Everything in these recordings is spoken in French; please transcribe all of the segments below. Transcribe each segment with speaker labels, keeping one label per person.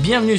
Speaker 1: Bienvenue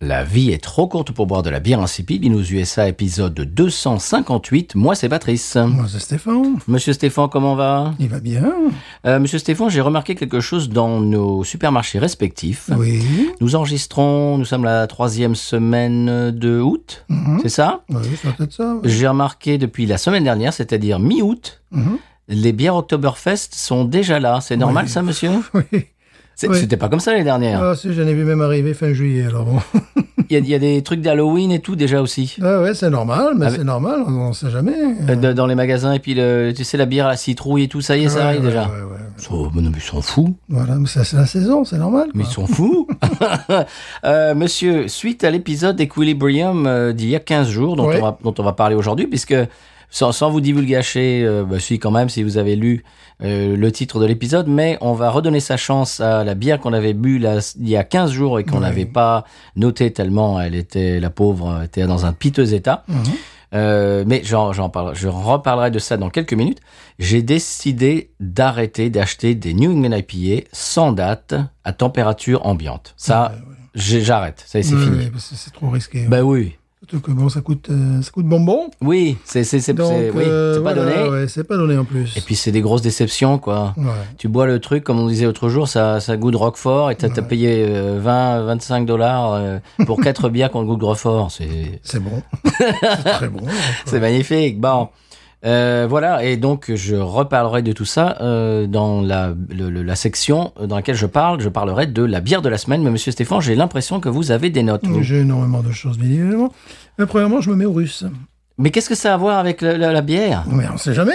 Speaker 1: La vie est trop courte pour boire de la bière insipide. Binous USA épisode 258. Moi, c'est Patrice.
Speaker 2: Moi, c'est Stéphane.
Speaker 1: Monsieur Stéphane, comment va
Speaker 2: Il va bien.
Speaker 1: Euh, Monsieur Stéphane, j'ai remarqué quelque chose dans nos supermarchés respectifs.
Speaker 2: Oui.
Speaker 1: Nous enregistrons, nous sommes la troisième semaine de août,
Speaker 2: Mhm.
Speaker 1: c'est ça
Speaker 2: Oui, c'est peut-être ça. ouais.
Speaker 1: J'ai remarqué depuis la semaine dernière, c'est-à-dire mi-août,
Speaker 2: Mhm.
Speaker 1: les bières Oktoberfest sont déjà là. C'est normal
Speaker 2: Oui.
Speaker 1: ça, monsieur
Speaker 2: Oui.
Speaker 1: C'est-
Speaker 2: Oui.
Speaker 1: C'était pas comme ça l'année dernière.
Speaker 2: Ah, si, j'en ai vu même arriver fin juillet, alors bon.
Speaker 1: Il y a- il y, a des trucs d'Halloween et tout déjà aussi.
Speaker 2: Ah ouais, c'est normal, mais
Speaker 1: Ah, mais-
Speaker 2: c'est normal, on ne sait jamais.
Speaker 1: Euh, de- Dans les magasins, et puis le- tu sais, la bière à la citrouille et tout, ça y est, ça
Speaker 2: Ouais,
Speaker 1: arrive
Speaker 2: ouais,
Speaker 1: déjà.
Speaker 2: ouais, ouais.
Speaker 1: Ça, oh, mais non, mais ils sont fous.
Speaker 2: Voilà, mais ça, c'est la saison, c'est normal.
Speaker 1: Mais ils sont
Speaker 2: quoi.
Speaker 1: fous Euh, Monsieur, suite à l'épisode d'Equilibrium euh, d'il y a 15 jours, dont,
Speaker 2: Ouais.
Speaker 1: on, va, dont on va parler aujourd'hui, puisque sans, sans vous divulgacher, euh, bah, si quand même, si vous avez lu euh, le titre de l'épisode, mais on va redonner sa chance à la bière qu'on avait bu la- il y a 15 jours et qu'on
Speaker 2: Ouais.
Speaker 1: n'avait pas notée tellement elle était, la pauvre, était dans un piteux état.
Speaker 2: Mhm.
Speaker 1: Euh, mais j'en, j'en parle, je reparlerai de ça dans quelques minutes. J'ai décidé d'arrêter d'acheter des New England IPA sans date à température ambiante. Ça, j'ai- j'arrête. Ça, y est, c'est
Speaker 2: Ah, Ouais,
Speaker 1: fini.
Speaker 2: ouais, parce que c'est trop risqué.
Speaker 1: Ben oui,
Speaker 2: Surtout que bon, ça coûte, euh, ça coûte bonbon.
Speaker 1: oui, c'est c'est c'est
Speaker 2: Donc,
Speaker 1: c'est- oui,
Speaker 2: euh,
Speaker 1: c'est pas
Speaker 2: voilà,
Speaker 1: donné.
Speaker 2: ouais, c'est pas donné en plus.
Speaker 1: Et puis c'est des grosses déceptions quoi.
Speaker 2: Ouais.
Speaker 1: Tu bois le truc comme on disait l'autre jour, ça ça goûte Roquefort et t'as t'as payé euh, 20 25 dollars euh, pour quatre bières qu'on goûte Roquefort. C'est
Speaker 2: C'est bon. c'est très bon.
Speaker 1: C'est magnifique. Bon. Euh, voilà, et donc je reparlerai de tout ça euh, dans la, le- le- la section dans laquelle je parle. Je parlerai de la bière de la semaine. Mais monsieur Stéphane, j'ai l'impression que vous avez des notes. vous.
Speaker 2: J'ai énormément de choses, bien évidemment. Mais premièrement, je me mets au russe.
Speaker 1: Mais qu'est-ce que ça a à voir avec la, la- la bière Ah
Speaker 2: Mais on sait jamais.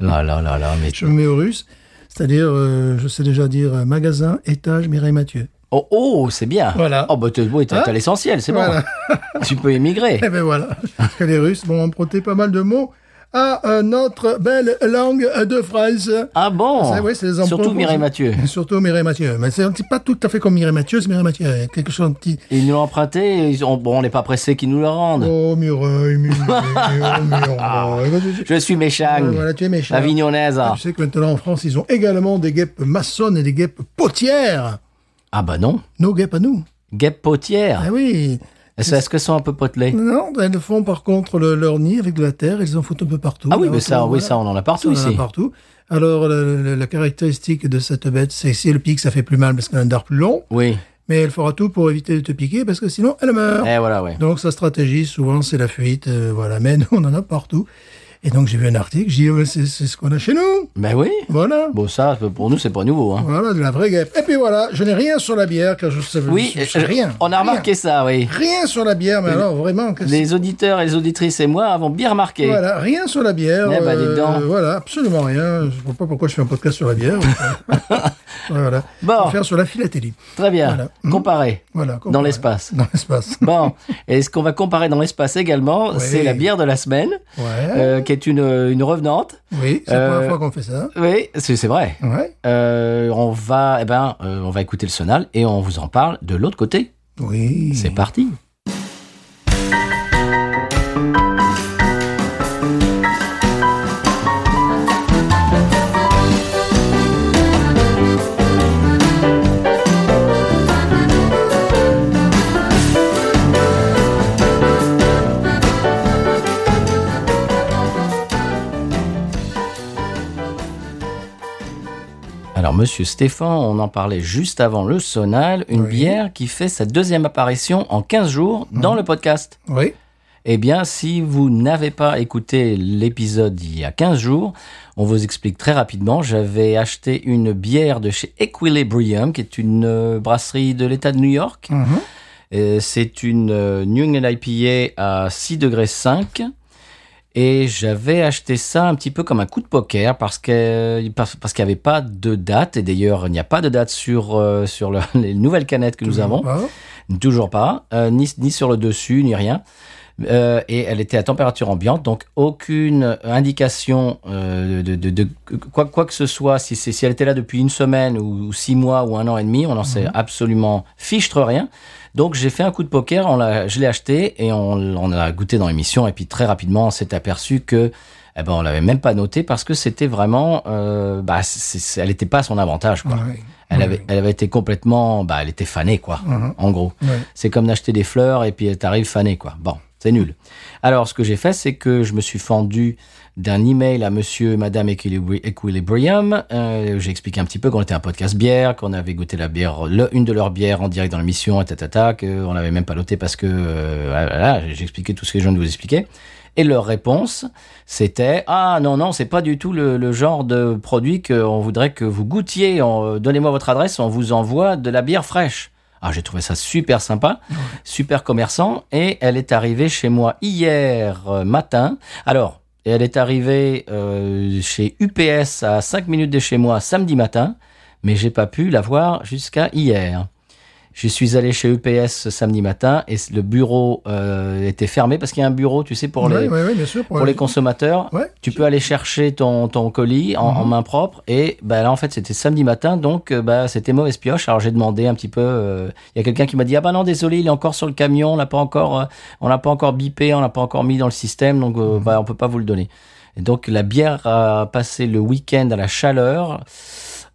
Speaker 1: Là, là, là, là, mais...
Speaker 2: Je me mets au russe, c'est-à-dire, euh, je sais déjà dire euh, magasin, étage, Mireille Mathieu.
Speaker 1: Oh, oh c'est bien.
Speaker 2: Voilà.
Speaker 1: Oh, bah, t'es- oui, t'as
Speaker 2: Hein
Speaker 1: t'as l'essentiel, c'est
Speaker 2: Voilà.
Speaker 1: bon. tu peux émigrer.
Speaker 2: Eh ben voilà. Parce que les Russes m'ont emprunté pas mal de mots à euh, notre belle langue de France.
Speaker 1: Ah bon
Speaker 2: C'est- oui, c'est les emprunts
Speaker 1: Surtout
Speaker 2: qu'on-
Speaker 1: Mireille Mathieu.
Speaker 2: Surtout Mireille Mathieu. Mais c'est un petit- pas tout à fait comme Mireille Mathieu, c'est Mireille Mathieu. Il y a quelque chose de petit.
Speaker 1: Ils nous l'ont emprunté. ils ont- Bon, on n'est pas pressé qu'ils nous le rendent.
Speaker 2: Oh, Mireille, Mireille,
Speaker 1: Ah.
Speaker 2: Mireille. Oh, eh
Speaker 1: Je suis méchant.
Speaker 2: Euh, voilà, tu es méchant.
Speaker 1: Avignonnaise.
Speaker 2: Tu sais que maintenant en France, ils ont également des guêpes maçonnes et des guêpes potières.
Speaker 1: Ah bah non.
Speaker 2: Nos guêpes à nous.
Speaker 1: Guêpe potière.
Speaker 2: Ah oui.
Speaker 1: Est-ce est-ce que sont un peu potelés
Speaker 2: Non, elles font par contre le- leur nid avec de la terre, elles en foutent un peu partout.
Speaker 1: Ah oui,
Speaker 2: Là,
Speaker 1: mais ça,
Speaker 2: autour,
Speaker 1: oui,
Speaker 2: voilà.
Speaker 1: ça, on en a
Speaker 2: Ça,
Speaker 1: partout
Speaker 2: on en a
Speaker 1: ici.
Speaker 2: partout. Alors, le- le- la caractéristique de cette bête, c'est que si elle pique, ça fait plus mal parce qu'elle a un dard plus long,
Speaker 1: Oui.
Speaker 2: mais elle fera tout pour éviter de te piquer parce que sinon, elle meurt.
Speaker 1: Eh voilà, ouais.
Speaker 2: Donc, sa stratégie, souvent, c'est la fuite. euh, voilà, mais nous, on en a partout. Et donc, j'ai vu un article, j'ai dit, Ouais, c'est c'est ce qu'on a chez nous.
Speaker 1: Ben oui.
Speaker 2: Voilà.
Speaker 1: Bon, ça, pour nous, c'est pas nouveau. Hein.
Speaker 2: Voilà, de la vraie guêpe. Et puis voilà, je n'ai rien sur la bière, car je sais
Speaker 1: Oui,
Speaker 2: je sais
Speaker 1: euh,
Speaker 2: rien.
Speaker 1: on a remarqué ça, oui.
Speaker 2: Rien, Rien sur la bière, mais alors vraiment, qu'est-ce
Speaker 1: Les auditeurs et les auditrices et moi avons bien remarqué.
Speaker 2: Voilà, rien sur la bière. euh,
Speaker 1: Eh ben, dis donc.
Speaker 2: voilà, absolument rien. Je ne vois pas pourquoi je fais un podcast sur la bière. voilà.
Speaker 1: Bon.
Speaker 2: On va faire sur la philatélie.
Speaker 1: Très bien.
Speaker 2: Voilà. Mhm.
Speaker 1: Comparé.
Speaker 2: Voilà.
Speaker 1: Dans
Speaker 2: comparé.
Speaker 1: l'espace.
Speaker 2: Dans l'espace.
Speaker 1: Bon, et ce qu'on va comparer dans l'espace également, c'est la bière de la semaine,
Speaker 2: Ouais.
Speaker 1: euh, qui est une, une revenante.
Speaker 2: oui, c'est
Speaker 1: euh,
Speaker 2: la première fois qu'on fait ça.
Speaker 1: Oui, c'est c'est vrai.
Speaker 2: Ouais.
Speaker 1: Euh, on va, eh ben, euh, on va écouter le sonal et on vous en parle de l'autre côté.
Speaker 2: Oui.
Speaker 1: C'est parti. Alors, monsieur Stéphane, on en parlait juste avant le sonal, une
Speaker 2: Oui.
Speaker 1: bière qui fait sa deuxième apparition en 15 jours dans le podcast.
Speaker 2: Oui.
Speaker 1: Eh bien, si vous n'avez pas écouté l'épisode il y a 15 jours, on vous explique très rapidement. J'avais acheté une bière de chez Equilibrium, qui est une euh, brasserie de l'État de New York.
Speaker 2: Mhm.
Speaker 1: Euh, C'est une euh, New England IPA à 6 degrés 5. Et j'avais acheté ça un petit peu comme un coup de poker parce que parce, parce qu'il n'y avait pas de date et d'ailleurs il n'y a pas de date sur euh, sur le- les nouvelles canettes que nous
Speaker 2: Toujours
Speaker 1: avons.
Speaker 2: pas.
Speaker 1: Toujours pas, euh, ni, ni sur le dessus, ni rien. Euh, et elle était à température ambiante, donc aucune indication euh, de, de- de- de- quoi, quoi que ce soit. Si, c'est- si elle était là depuis une semaine ou six mois ou un an et demi, on n'en sait
Speaker 2: Mhm.
Speaker 1: absolument fichtre rien. Donc j'ai fait un coup de poker, on l'a- je l'ai acheté et on, on a goûté dans l'émission. Et puis très rapidement, on s'est aperçu que eh ben, on l'avait même pas noté parce que c'était vraiment, euh, bah, c'est- c'est- elle n'était pas à son avantage. Quoi.
Speaker 2: Ouais.
Speaker 1: Elle,
Speaker 2: Ouais.
Speaker 1: avait, elle avait été complètement, bah, elle était fanée quoi,
Speaker 2: Mhm.
Speaker 1: en gros.
Speaker 2: Ouais.
Speaker 1: C'est comme d'acheter des fleurs et puis t'arrives fané, quoi. Bon, c'est nul. Alors, ce que j'ai fait, c'est que je me suis fendu d'un email à monsieur et madame Equilibri- Equilibrium. Euh, j'ai expliqué un petit peu qu'on était un podcast bière, qu'on avait goûté la bière, le- une de leurs bières en direct dans l'émission, et tatata, qu'on n'avait même pas noté parce que, euh, voilà, voilà, j'ai expliqué tout ce que je viens de vous expliquer. Et leur réponse, c'était Ah non, non, c'est pas du tout le, le genre de produit qu'on voudrait que vous goûtiez. On- euh, Donnez-moi votre adresse, on vous envoie de la bière fraîche. Ah, j'ai trouvé ça super sympa, super commerçant. Et elle est arrivée chez moi hier euh, matin. Alors, elle est arrivée euh, chez UPS à 5 minutes de chez moi samedi matin, mais j'ai pas pu la voir jusqu'à hier. Je suis allé chez UPS ce samedi matin et le bureau euh, était fermé parce qu'il y a un bureau, tu sais, pour
Speaker 2: Ouais,
Speaker 1: les,
Speaker 2: ouais, ouais, bien sûr.
Speaker 1: pour les consommateurs.
Speaker 2: Ouais. Mhm.
Speaker 1: Tu peux aller chercher ton, ton colis en, en main propre. Et bah, là, en fait, c'était samedi matin, donc euh, bah, c'était mauvaise pioche. Alors j'ai demandé un petit peu. euh, Il y a quelqu'un qui m'a dit Ah bah non, désolé, il est encore sur le camion, on l'a pas encore, euh, on l'a pas encore bipé, on l'a pas encore mis dans le système, donc euh,
Speaker 2: Mhm.
Speaker 1: bah, on peut pas vous le donner. Et donc la bière a passé le week-end à la chaleur.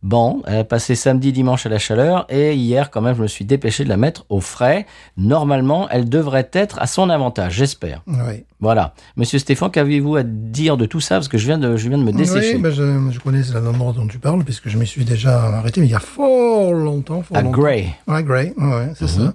Speaker 1: Bon, elle a passé samedi, dimanche à la chaleur et hier quand même je me suis dépêché de la mettre au frais. Normalement, elle devrait être à son avantage, j'espère.
Speaker 2: Ouais.
Speaker 1: Voilà. Monsieur Stéphane, qu'avez-vous à dire de tout ça Parce que je viens de, je viens de me dessécher.
Speaker 2: Oui, mais je, je connais l'endroit dont tu parles, puisque je m'y suis déjà arrêté, mais il y a fort longtemps. Fort
Speaker 1: à Mhm.
Speaker 2: longtemps.
Speaker 1: Grey.
Speaker 2: Ouais, Grey, ouais, c'est ça.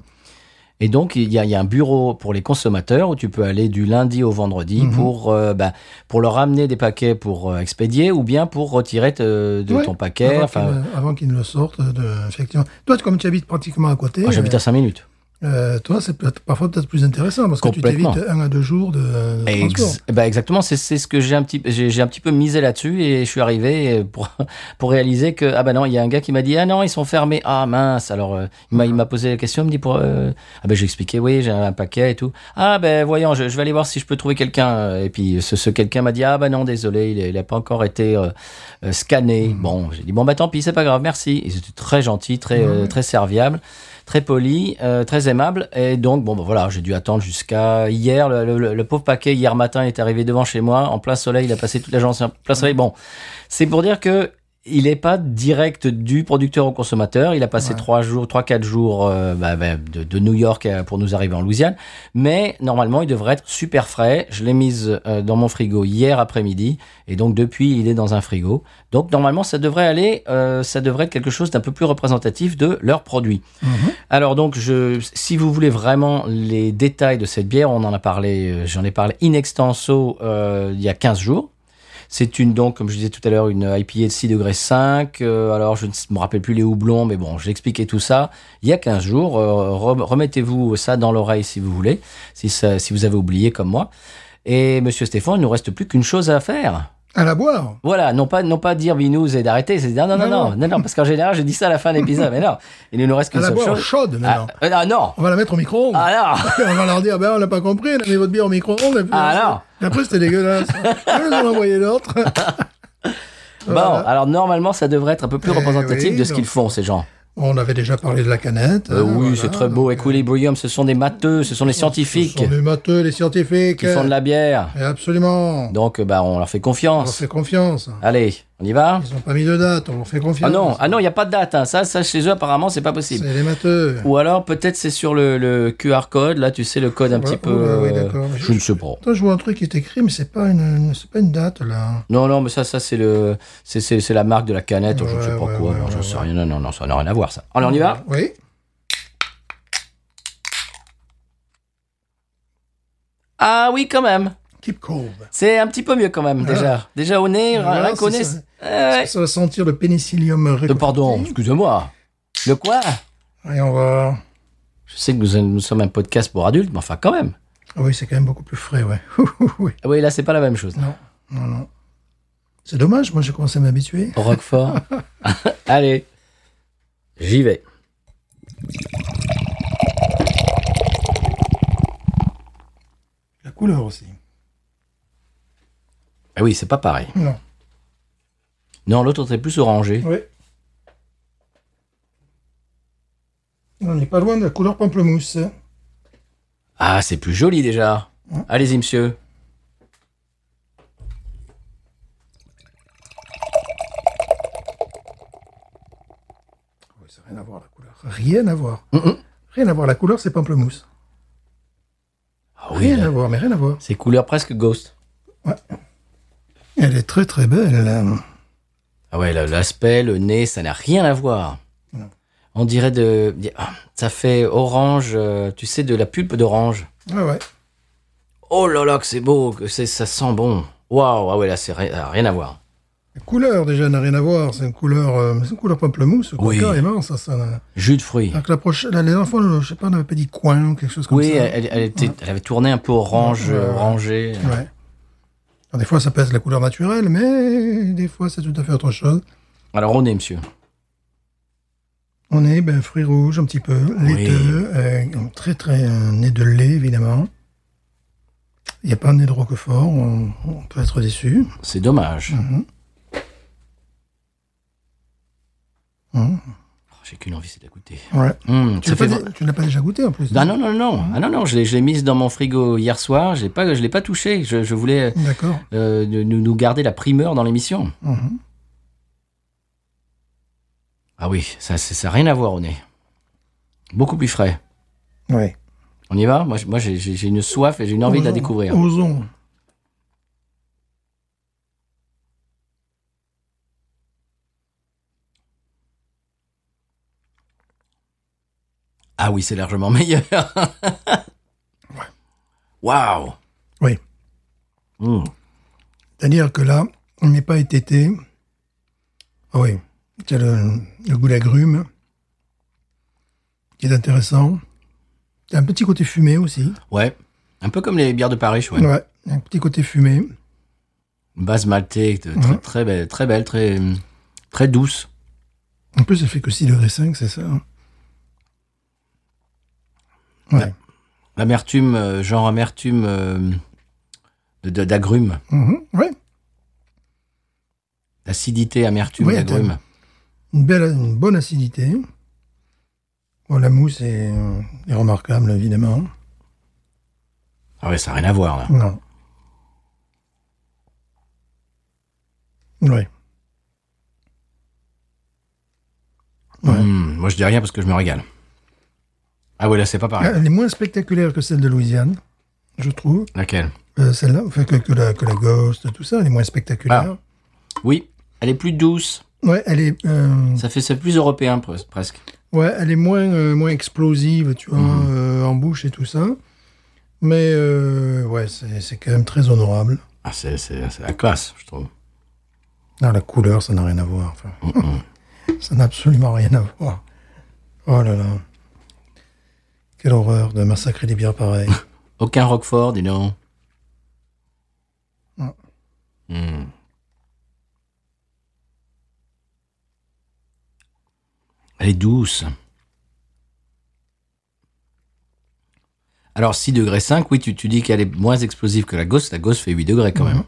Speaker 1: Et donc, il y, a, il y a un bureau pour les consommateurs où tu peux aller du lundi au
Speaker 2: Mhm.
Speaker 1: vendredi pour, euh, bah, pour leur amener des paquets pour euh, expédier ou bien pour retirer te- de
Speaker 2: Ouais,
Speaker 1: ton paquet.
Speaker 2: Avant
Speaker 1: Enfin,
Speaker 2: qu'ils ne- avant qu'ils ne le sortent, de, effectivement. Toi, comme tu habites pratiquement à côté,
Speaker 1: moi, Oh, j'habite à 5 minutes.
Speaker 2: euh, toi, c'est peut-être- parfois peut-être plus intéressant, parce que tu
Speaker 1: Complètement.
Speaker 2: t'évites un à deux jours de, de
Speaker 1: Ex-
Speaker 2: transport.
Speaker 1: bah, exactement, c'est c'est ce que j'ai un petit peu- j'ai j'ai un petit peu misé là-dessus et je suis arrivé euh, pour pour réaliser que ah bah non il y a un gars qui m'a dit ah non ils sont fermés ah mince alors euh, il
Speaker 2: Ah.
Speaker 1: m'a il m'a posé la question il me dit pour euh, ah ben j'ai expliqué oui j'ai un paquet et tout ah ben voyons je, je vais aller voir si je peux trouver quelqu'un euh, et puis ce, ce quelqu'un m'a dit ah bah non désolé il, est- il a pas encore été euh, euh, scanné bon j'ai dit bon bah tant pis c'est pas grave merci ils étaient très gentils très euh, très serviables très poli, euh, très aimable. Et donc, bon, bah, voilà, j'ai dû attendre jusqu'à hier. Le, le- le pauvre paquet, hier matin, est arrivé devant chez moi, en plein soleil. Il a passé toute la journée en plein soleil. Bon, c'est pour dire que il n'est pas direct du producteur au consommateur. Il a passé trois jours, trois, quatre jours euh, bah, bah, de, de New York euh, pour nous arriver en Louisiane. Mais normalement, il devrait être super frais. Je l'ai mise euh, dans mon frigo hier après-midi. Et donc, depuis, il est dans un frigo. Donc, normalement, ça devrait aller, euh, ça devrait être quelque chose d'un peu plus représentatif de leurs produits. Alors donc, je, si vous voulez vraiment les détails de cette bière, on en a parlé, euh, j'en ai parlé in extenso euh, il y a 15 jours. C'est une donc, comme je disais tout à l'heure, une IPA de 6 degrés 5. Euh, alors je ne me rappelle plus les houblons, mais bon, j'ai expliqué tout ça il y a 15 jours. Euh, re- Remettez-vous ça dans l'oreille si vous voulez, si, ça- si vous avez oublié comme moi. Et Monsieur Stéphane, il ne nous reste plus qu'une chose à faire.
Speaker 2: À la boire.
Speaker 1: Voilà, non pas, non pas dire binous et d'arrêter, c'est dire non, non, non,
Speaker 2: Non,
Speaker 1: non, non, parce qu'en général, j'ai dit ça à la fin de l'épisode, mais non, il ne nous reste
Speaker 2: À
Speaker 1: qu'une
Speaker 2: la
Speaker 1: seule
Speaker 2: boire
Speaker 1: chose.
Speaker 2: chaude, maintenant.
Speaker 1: Ah, euh, ah, non
Speaker 2: On va la mettre au micro-ondes.
Speaker 1: Ah non
Speaker 2: on va leur dire, ben, on n'a pas compris, on a mis votre bière au micro-ondes. et puis-
Speaker 1: Ah, alors.
Speaker 2: Et Après, c'était dégueulasse. Ah, Ils nous ont envoyé l'autre.
Speaker 1: Bon, alors normalement, ça devrait être un peu plus
Speaker 2: Eh
Speaker 1: représentatif
Speaker 2: oui,
Speaker 1: de ce
Speaker 2: donc-
Speaker 1: qu'ils font, ces gens.
Speaker 2: On avait déjà parlé de la canette.
Speaker 1: Euh,
Speaker 2: hein,
Speaker 1: oui,
Speaker 2: voilà.
Speaker 1: c'est très beau. Equilibrium, ce sont des matheux, ce sont des scientifiques
Speaker 2: Ce sont des matheux, les scientifiques.
Speaker 1: qui font de la bière.
Speaker 2: Et Absolument.
Speaker 1: Donc, euh, bah, on leur fait
Speaker 2: On leur
Speaker 1: confiance.
Speaker 2: fait confiance.
Speaker 1: Allez, on y va
Speaker 2: Ils n'ont pas mis de date, on leur fait confiance.
Speaker 1: Ah non, ah non, il n'y a pas de date. hein. Ça, ça, chez eux, apparemment, c'est pas possible.
Speaker 2: C'est les matheux.
Speaker 1: Ou alors, peut-être c'est sur le, le QR code. Là, tu sais, le code un
Speaker 2: Ouais,
Speaker 1: petit peu...
Speaker 2: ouais, ouais,
Speaker 1: euh,
Speaker 2: d'accord.
Speaker 1: je ne sais pas.
Speaker 2: Attends, je vois un truc qui est écrit, mais c'est pas une, une- c'est pas une date, là.
Speaker 1: Non, non, mais ça, ça c'est le, c'est- c'est c'est la marque de la canette. je ne sais
Speaker 2: Ouais,
Speaker 1: pas
Speaker 2: ouais,
Speaker 1: quoi.
Speaker 2: ouais,
Speaker 1: non, j'en
Speaker 2: ouais,
Speaker 1: sais
Speaker 2: ouais.
Speaker 1: rien. Non, non, non, ça n'a rien à voir, ça. Allez, on y va
Speaker 2: Oui.
Speaker 1: Ah oui, quand même.
Speaker 2: Keep Cove.
Speaker 1: C'est un petit peu mieux quand même,
Speaker 2: Ah.
Speaker 1: déjà. Déjà au nez,
Speaker 2: Voilà,
Speaker 1: rien
Speaker 2: c'est
Speaker 1: qu'au nez.
Speaker 2: ça.
Speaker 1: Euh, ouais.
Speaker 2: Ça va sentir le pénicillium
Speaker 1: Euh,
Speaker 2: récolté.
Speaker 1: pardon, excusez-moi. Le quoi
Speaker 2: Et on va...
Speaker 1: Je sais que nous, nous sommes un podcast pour adultes, mais enfin quand même.
Speaker 2: Ah oui, c'est quand même beaucoup plus frais, ouais. oui.
Speaker 1: Ah Oui, là, c'est pas la même chose.
Speaker 2: Non, non, non. C'est dommage, moi j'ai commencé à m'habituer.
Speaker 1: Roquefort. Allez, j'y vais.
Speaker 2: couleur aussi.
Speaker 1: Ah oui, c'est pas pareil.
Speaker 2: Non.
Speaker 1: Non, l'autre était plus orangé.
Speaker 2: Oui. On n'est pas loin de la couleur pamplemousse.
Speaker 1: Ah, c'est plus joli déjà. Allez-y, monsieur.
Speaker 2: Oui, ça n'a rien à voir la couleur. Rien à voir. Rien à voir. La couleur, c'est pamplemousse.
Speaker 1: Ah oui,
Speaker 2: Rien à voir, mais rien à voir.
Speaker 1: c'est couleur presque ghost.
Speaker 2: Elle est très très belle. là.
Speaker 1: Ah ouais, là, l'aspect, le nez, ça n'a rien à voir.
Speaker 2: Non.
Speaker 1: On dirait de... Ah, Ça fait orange, euh, tu sais, de la pulpe d'orange.
Speaker 2: Ah ouais.
Speaker 1: Oh là là, que c'est beau, que c'est, ça sent bon. Waouh, ah ouais, là, c'est rien, rien à voir.
Speaker 2: La couleur déjà n'a rien à voir. C'est une couleur, euh, c'est une couleur pamplemousse.
Speaker 1: Oui.
Speaker 2: Carrément, ça. ça n'a-
Speaker 1: Jus de fruits.
Speaker 2: Alors que la prochaine, là, les enfants, je sais pas, n'avaient pas dit coin ou quelque chose Ah, comme
Speaker 1: Oui,
Speaker 2: ça. hein.
Speaker 1: elle, elle était- elle avait tourné un peu orange,
Speaker 2: Ouais.
Speaker 1: euh, orangé.
Speaker 2: Ouais. Alors, des fois, ça passe la couleur naturelle, mais des fois, c'est tout à fait autre chose.
Speaker 1: Alors, on est, monsieur.
Speaker 2: On est ben, fruits rouges un petit peu, laiteux, euh, très très euh, nez de lait évidemment. Il n'y a pas de nez de roquefort, on, on peut être déçu.
Speaker 1: C'est dommage.
Speaker 2: Mhm.
Speaker 1: Oh, J'ai qu'une envie, c'est de la goûter.
Speaker 2: Ouais.
Speaker 1: Hum,
Speaker 2: Tu
Speaker 1: ça
Speaker 2: l'as pas
Speaker 1: fait-
Speaker 2: dé- tu l'as pas déjà goûté en plus
Speaker 1: Ah non, non, non. Ah non, non, je l'ai, je l'ai mise dans mon frigo hier soir. Je l'ai pas, je l'ai pas touché. Je, je voulais
Speaker 2: D'accord.
Speaker 1: euh, de- nous, nous garder la primeur dans l'émission.
Speaker 2: Mhm.
Speaker 1: Ah oui, ça c'est- ça a rien à voir au nez. Beaucoup plus frais.
Speaker 2: Ouais.
Speaker 1: On y va Moi, je- moi, j'ai, j'ai- j'ai une soif et j'ai une envie de la
Speaker 2: Osons.
Speaker 1: découvrir.
Speaker 2: Osons.
Speaker 1: Ah oui, c'est largement meilleur. Waouh
Speaker 2: Oui.
Speaker 1: Hum.
Speaker 2: C'est-à-dire que là, on n'est pas étété. Ah oui, tu as le, le goût d'agrumes qui est intéressant. Il y a un petit côté fumé aussi.
Speaker 1: Ouais. Un peu comme les bières de Paris, ouais.
Speaker 2: Ouais, un petit côté fumé.
Speaker 1: Une base maltée, de- très, très belle, très belle, très, très douce.
Speaker 2: En plus, elle fait que 6 degrés 5, c'est ça hein Ouais.
Speaker 1: L'amertume, euh, genre amertume euh, de- de- d'agrumes.
Speaker 2: Mhm, ouais.
Speaker 1: L'acidité, amertume
Speaker 2: Ouais,
Speaker 1: d'agrumes.
Speaker 2: Une, belle, une bonne acidité. Bon, la mousse est, euh, est remarquable, évidemment.
Speaker 1: Ah ouais, ça n'a rien à voir, là.
Speaker 2: Non. Ouais. Ouais.
Speaker 1: Hum, moi, je dis rien parce que je me régale. Ah ouais, là, c'est pas pareil.
Speaker 2: Elle est moins spectaculaire que celle de Louisiane, je trouve.
Speaker 1: Laquelle
Speaker 2: Euh, Celle-là, enfin, que, que la, que la Ghost, tout ça, elle est moins spectaculaire.
Speaker 1: Oui, elle est plus douce.
Speaker 2: Ouais, elle est. euh,
Speaker 1: Ça fait c'est plus européen, pres- presque.
Speaker 2: Ouais, elle est moins, euh, moins explosive, tu vois, euh, en bouche et tout ça. Mais euh, ouais, c'est c'est quand même très honorable.
Speaker 1: Ah, c'est c'est- c'est la classe, je trouve.
Speaker 2: Non, Ah, la couleur, ça n'a rien à voir. enfin. ça n'a absolument rien à voir. Oh là là. Quelle horreur de massacrer des bières pareilles.
Speaker 1: Aucun Roquefort, dis non.
Speaker 2: Non.
Speaker 1: Hmm. Elle est douce. Alors 6 degrés 5, oui, tu, tu dis qu'elle est moins explosive que la gosse. La gosse fait 8 degrés quand même.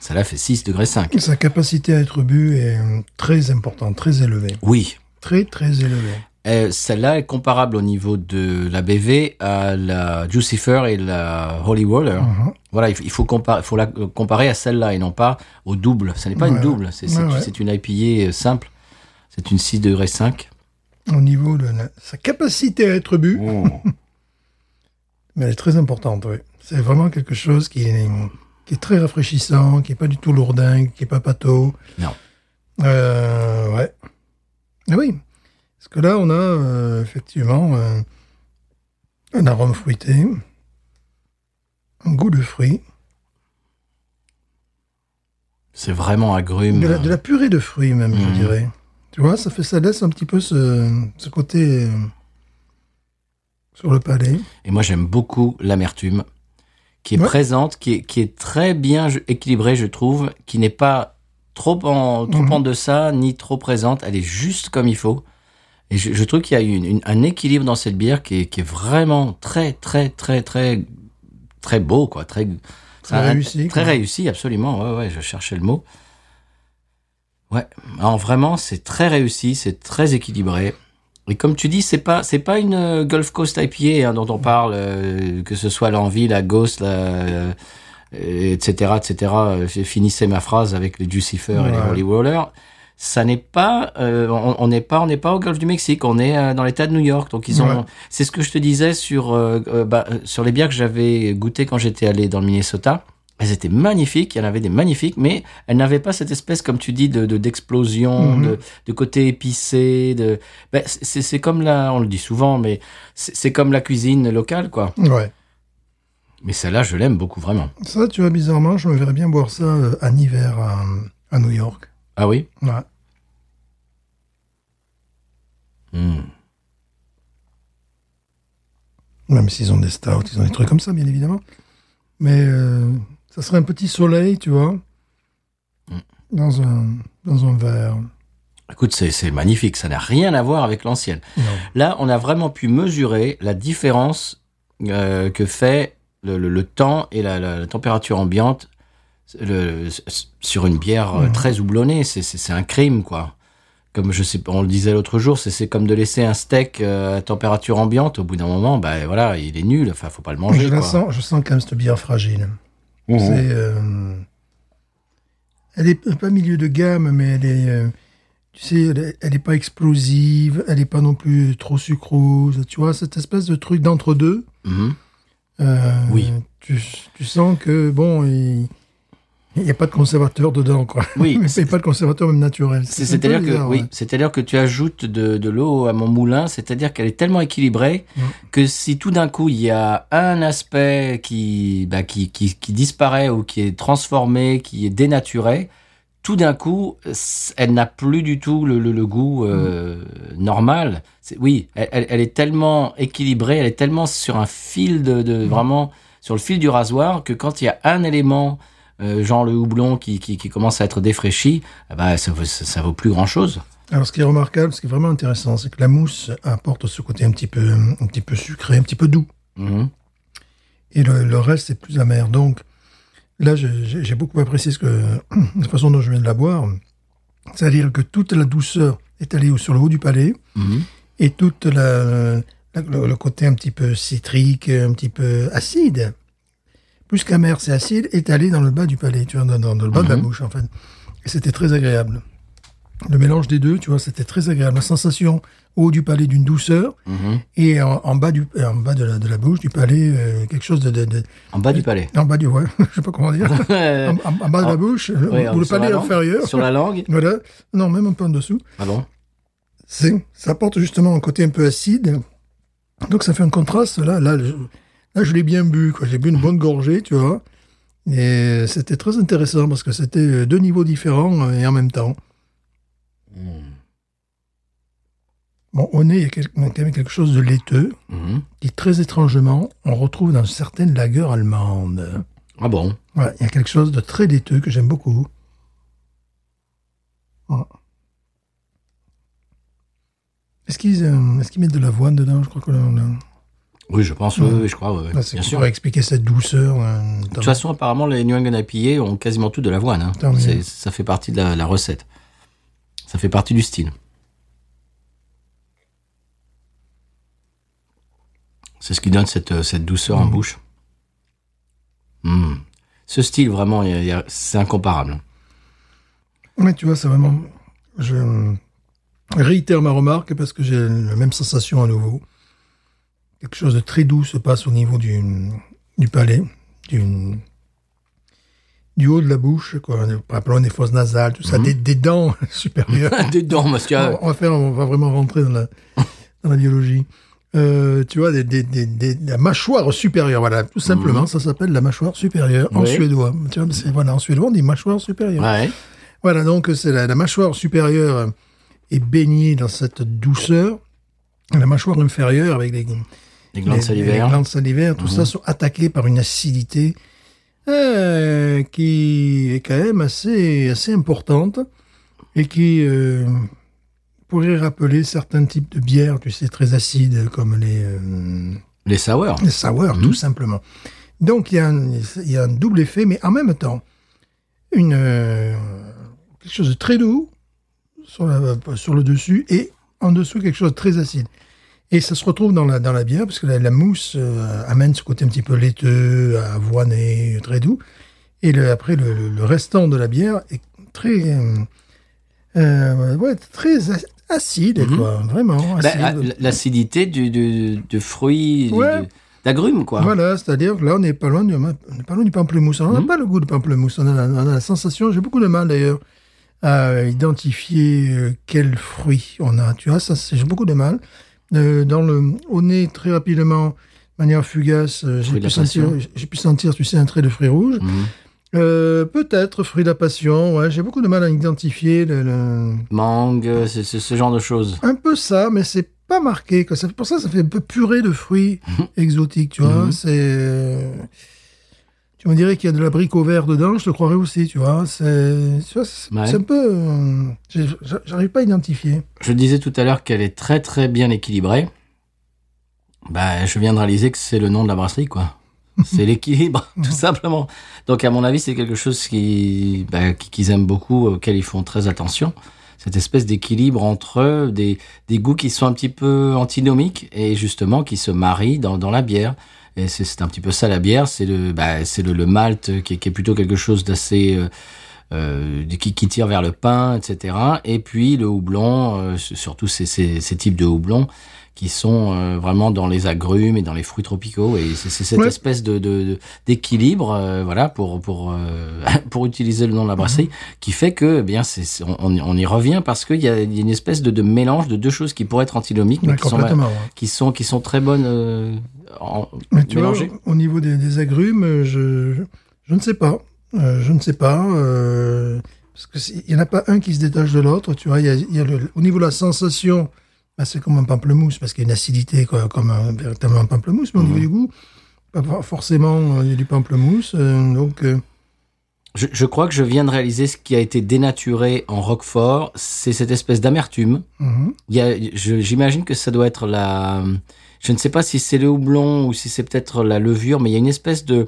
Speaker 1: Ça là fait 6 degrés 5.
Speaker 2: Sa capacité à être bu est euh, très importante, très élevée.
Speaker 1: Oui.
Speaker 2: Très, très élevée.
Speaker 1: Euh, Celle-là est comparable au niveau de la BV à la Jucifer et la Holy Roller.
Speaker 2: Mhm.
Speaker 1: Voilà, il faut, il faut comparer, faut la euh, comparer à celle-là et non pas au double. Ce n'est pas une
Speaker 2: Ouais,
Speaker 1: double, c'est c'est-
Speaker 2: ouais, ouais.
Speaker 1: c'est une IPA euh, simple. C'est une 6 degrés 5.
Speaker 2: Au niveau de la- sa capacité à être bu, Mais elle est très importante, oui. C'est vraiment quelque chose qui est, qui est très rafraîchissant, qui n'est pas du tout lourdingue, qui n'est pas pâteau.
Speaker 1: Non.
Speaker 2: Euh, ouais. Ah oui. Parce que là, on a euh, effectivement euh, un arôme fruité, un goût de fruits,
Speaker 1: C'est vraiment agrume.
Speaker 2: de la, de la purée de fruits même,
Speaker 1: Mhm.
Speaker 2: je dirais. Tu vois, ça fait ça laisse un petit peu ce, ce côté euh, sur le palais.
Speaker 1: euh, Et moi, j'aime beaucoup l'amertume qui est
Speaker 2: Ouais.
Speaker 1: présente, qui est, qui est très bien je- équilibrée, je trouve, qui n'est pas trop en, trop
Speaker 2: Mhm.
Speaker 1: en deçà, ni trop présente. Elle est juste comme il faut. Et je, je trouve qu'il y a une, une- un équilibre dans cette bière qui est, qui est vraiment très, très, très, très, très, très beau, quoi, très
Speaker 2: Très réussi,
Speaker 1: très
Speaker 2: quoi.
Speaker 1: réussi, absolument. Ouais, ouais, je cherchais le mot. Ouais, alors vraiment, c'est très réussi, c'est très équilibré. Et comme tu dis, c'est pas c'est pas une euh, Gulf Coast IPA hein, dont on parle, euh, que ce soit l'envie, la Ghost, la, euh, etc., etc. Euh, j'ai- Finissez ma phrase avec les Jucifer et les
Speaker 2: Ouais.
Speaker 1: Holy Roller. Ça n'est pas, euh, on on n'est pas, on n'est pas au Golfe du Mexique, on est euh, dans l'État de New York. Donc ils ont,
Speaker 2: Ouais.
Speaker 1: c'est ce que je te disais sur euh, euh, bah, euh, sur les bières que j'avais goûtées quand j'étais allé dans le Minnesota. Elles étaient magnifiques, il y en avait des magnifiques, mais elles n'avaient pas cette espèce, comme tu dis, de de- d'explosion,
Speaker 2: Mhm.
Speaker 1: de, de côté épicé. De, ben, c'est c'est comme la, on le dit souvent, mais c'est c'est comme la cuisine locale, quoi.
Speaker 2: Ouais.
Speaker 1: Mais celle-là, je l'aime beaucoup vraiment.
Speaker 2: Ça, tu vois, bizarrement, je me verrais bien boire ça euh, en hiver à, à New York.
Speaker 1: Ah oui.
Speaker 2: Ouais.
Speaker 1: Hmm.
Speaker 2: Même s'ils ont des stouts, ils ont des trucs comme ça, bien évidemment. Mais euh, ça serait un petit soleil, tu vois, dans un, dans un verre.
Speaker 1: Écoute, c'est c'est magnifique, ça n'a rien à voir avec l'ancienne.
Speaker 2: Non.
Speaker 1: Là, on a vraiment pu mesurer la différence euh, que fait le, le- le temps et la, la- la température ambiante le- sur une bière euh,
Speaker 2: Mhm.
Speaker 1: très houblonnée. C'est- C'est c'est un crime, quoi. Comme je sais, pas, on le disait l'autre jour, c'est- c'est comme de laisser un steak euh, à température ambiante. Au bout d'un moment, ben voilà, il est nul. Enfin, faut pas le manger.
Speaker 2: je, la
Speaker 1: quoi.
Speaker 2: sens, je sens quand même cette bière fragile.
Speaker 1: Mhm.
Speaker 2: C'est, euh, elle est pas milieu de gamme, mais elle est, euh, tu sais, elle est, elle est pas explosive, elle est pas non plus trop sucrose. Tu vois, cette espèce de truc d'entre deux.
Speaker 1: Mhm.
Speaker 2: euh,
Speaker 1: Oui.
Speaker 2: Tu, tu sens que bon, il n'y a pas de conservateur dedans, quoi.
Speaker 1: Oui,
Speaker 2: mais
Speaker 1: c'est-
Speaker 2: c'est pas de conservateur même naturel.
Speaker 1: C'est-
Speaker 2: un peu
Speaker 1: C'est-à-dire que,
Speaker 2: bizarre,
Speaker 1: oui,
Speaker 2: ouais.
Speaker 1: c'est-à-dire que tu ajoutes de, de l'eau à mon moulin, c'est-à-dire qu'elle est tellement équilibrée
Speaker 2: Mm.
Speaker 1: que si tout d'un coup il y a un aspect qui, bah, qui, qui, qui disparaît ou qui est transformé, qui est dénaturé, tout d'un coup, s- elle n'a plus du tout le, le- le goût euh,
Speaker 2: Mm.
Speaker 1: normal. C'est- Oui, elle, elle- elle est tellement équilibrée, elle est tellement sur un fil de, de-
Speaker 2: Mm.
Speaker 1: vraiment sur le fil du rasoir que quand il y a un élément euh, genre le houblon qui, qui, qui commence à être défraîchi, eh ben, ça, vaut, ça, ça vaut plus grand chose.
Speaker 2: Alors, ce qui est remarquable, ce qui est vraiment intéressant, c'est que la mousse apporte ce côté un petit peu, un petit peu sucré, un petit peu doux. Mhm. et le, le reste c'est plus amer. Donc là, je- j'ai j'ai beaucoup apprécié ce que, la façon dont je viens de la boire, c'est-à-dire que toute la douceur est allée au- sur le haut du palais
Speaker 1: Mhm.
Speaker 2: et toute la, la- le, le côté un petit peu citrique, un petit peu acide, plus qu'amer, c'est acide, est allé dans le bas du palais, tu vois, dans, dans- dans le bas de la
Speaker 1: Mhm.
Speaker 2: bouche en fait. Et c'était très agréable. Le mélange des deux, tu vois, c'était très agréable. La sensation au haut du palais d'une douceur
Speaker 1: Mhm.
Speaker 2: et en, en bas, du, en bas de, la, de la bouche, du palais, euh, quelque chose de- de- de,
Speaker 1: En bas du palais.
Speaker 2: en bas du, ouais, je sais pas comment dire.
Speaker 1: Euh,
Speaker 2: En, en- en bas de
Speaker 1: en-
Speaker 2: la bouche, le-
Speaker 1: ouais,
Speaker 2: ou le
Speaker 1: sur la
Speaker 2: palais
Speaker 1: langue,
Speaker 2: inférieur.
Speaker 1: Sur la langue.
Speaker 2: Voilà. Non, même un peu en dessous.
Speaker 1: Ah bon
Speaker 2: C'est, ça apporte justement un côté un peu acide. Donc ça fait un contraste. Là, là, je, là, je l'ai bien bu, quoi. J'ai bu une bonne gorgée, tu vois. Et c'était très intéressant parce que c'était euh, deux niveaux différents euh, et en même temps. Bon, au nez, il y a quel- il y a quand même quelque chose de laiteux
Speaker 1: Mhm.
Speaker 2: qui, très étrangement, on retrouve dans certaines lagers allemandes.
Speaker 1: Ah bon
Speaker 2: Voilà, il y a quelque chose de très laiteux que j'aime beaucoup. Voilà. Est-ce qu'ils euh, est-ce qu'ils mettent de l'avoine dedans Je crois que là, on a-
Speaker 1: Oui, je pense, oui, oui, je crois, oui, oui.
Speaker 2: là, Ah, c'est
Speaker 1: bien sûr.
Speaker 2: pour expliquer cette douceur. euh,
Speaker 1: De toute façon, apparemment, les New England IPA ont quasiment tout de l'avoine. hein.
Speaker 2: Tant mieux.
Speaker 1: C'est- Ça fait partie de la, la recette. Ça fait partie du style. C'est ce qui donne cette, euh, cette douceur en
Speaker 2: Mhm.
Speaker 1: bouche. Mm. Ce style, vraiment, il y a- il y a- c'est incomparable.
Speaker 2: Mais tu vois, c'est vraiment. Je euh, réitère ma remarque parce que j'ai la même sensation à nouveau. Quelque chose de très doux se passe au niveau du, du palais, du, du haut de la bouche, quoi. Appelons des fosses nasales, tout
Speaker 1: Mhm.
Speaker 2: ça, des, des dents supérieures.
Speaker 1: Dedans, monsieur.
Speaker 2: Ah, On, on va faire, on va vraiment rentrer dans la, dans la biologie. Euh, tu vois, des, des, des- des- la mâchoire supérieure, voilà, tout simplement, ça s'appelle la mâchoire supérieure en
Speaker 1: Mhm. Oui.
Speaker 2: suédois. Tu vois, c'est- voilà, en suédois, on dit mâchoire supérieure.
Speaker 1: Ouais.
Speaker 2: Voilà, donc c'est la, la mâchoire supérieure euh, est baignée dans cette douceur. La mâchoire inférieure, avec les,
Speaker 1: Les glandes
Speaker 2: les- les
Speaker 1: salivaires. Mhm.
Speaker 2: glandes salivaires, tout ça, sont attaquées par une acidité euh, qui est quand même assez, assez importante et qui euh, pourrait rappeler certains types de bières, tu sais, très acides, comme les, euh,
Speaker 1: Les sour.
Speaker 2: les sour, tout simplement. Donc il y, a un, il y a un double effet, mais en même temps, une, euh, quelque chose de très doux sur, la- sur le dessus et en dessous quelque chose de très acide. Et ça se retrouve dans la, dans la bière, parce que la, la mousse euh, amène ce côté un petit peu laiteux, avoiné, très doux. Et le- après, le, le- le restant de la bière est très, euh, euh, ouais, très a- acide, quoi, vraiment.
Speaker 1: Bah,
Speaker 2: Acide.
Speaker 1: ah, l- L'acidité du, du, du fruit, du-
Speaker 2: Ouais.
Speaker 1: du- d'agrumes, quoi.
Speaker 2: Voilà, c'est-à-dire que là, on n'est pas loin du, on n'est pas loin du pamplemousse.
Speaker 1: Hmm.
Speaker 2: On n'a pas le goût de pamplemousse. On a la, on a la sensation, j'ai beaucoup de mal d'ailleurs à identifier euh, quel fruit on a. Tu vois, ça, c'est- j'ai beaucoup de mal. Euh, dans le, au nez, très rapidement, de manière fugace, euh, j'ai
Speaker 1: Fruit de
Speaker 2: pu,
Speaker 1: la
Speaker 2: sentir,
Speaker 1: passion.
Speaker 2: j'ai pu sentir, tu sais, un trait de fruit rouge.
Speaker 1: Mhm.
Speaker 2: Euh, Peut-être fruit de la passion. Ouais, j'ai beaucoup de mal à identifier le- le,
Speaker 1: Mangue, c'est c'est ce genre de choses.
Speaker 2: un peu ça, mais c'est pas marqué. Quoi. Ça, pour ça, ça fait un peu purée de fruits
Speaker 1: Mhm.
Speaker 2: exotiques, tu vois. C'est. euh, Tu me dirais qu'il y a de l'abricot vert dedans, je te croirais aussi, tu vois. C'est tu vois, c'est-
Speaker 1: Ouais.
Speaker 2: c'est un peu. euh, j'ai- J'arrive pas à identifier.
Speaker 1: Je disais tout à l'heure qu'elle est très très bien équilibrée. Bah, je viens de réaliser que c'est le nom de la brasserie, quoi. C'est l'équilibre,
Speaker 2: Mhm.
Speaker 1: tout simplement. Donc, à mon avis, c'est quelque chose qui, bah, qui- qu'ils aiment beaucoup, auquel ils font très attention. Cette espèce d'équilibre entre eux, des, des goûts qui sont un petit peu antinomiques et justement qui se marient dans, dans la bière. Et c'est, c'est un petit peu ça la bière, c'est le, bah, c'est le, le malt qui est, qui est plutôt quelque chose d'assez euh, euh, qui, qui tire vers le pain, etc. Et puis le houblon, euh, s- surtout ces, ces, ces types de houblons qui sont euh, vraiment dans les agrumes et dans les fruits tropicaux. Et c'est c'est cette
Speaker 2: Ouais.
Speaker 1: espèce de, de, de- d'équilibre, euh, voilà, pour pour euh, pour utiliser le nom de la brasserie, qui fait que, eh bien, c'est c'est- on, on y- on y revient parce qu'il y a, il y a une espèce de, de mélange de deux choses qui pourraient être antinomiques, mais
Speaker 2: Ouais,
Speaker 1: qui sont bah,
Speaker 2: complètement. ouais.
Speaker 1: qui sont qui sont très bonnes euh, en-
Speaker 2: Mais tu vois,
Speaker 1: mélangées.
Speaker 2: au niveau des, des agrumes, euh, je, je, je ne sais pas. Euh, je ne sais pas. euh, parce qu'il n'y en a pas un qui se détache de l'autre. Tu vois, il y a, il y a le- au niveau de la sensation, bah, c'est comme un pamplemousse, parce qu'il y a une acidité quoi, comme un, véritablement un pamplemousse,
Speaker 1: Mhm.
Speaker 2: mais au niveau du goût, pas for- forcément euh, il y a du pamplemousse. euh, donc, euh,
Speaker 1: Je, je crois que je viens de réaliser ce qui a été dénaturé en Roquefort, c'est cette espèce d'amertume.
Speaker 2: mhm.
Speaker 1: Il y a- je- J'imagine que ça doit être la. Je ne sais pas si c'est le houblon ou si c'est peut-être la levure, mais il y a une espèce de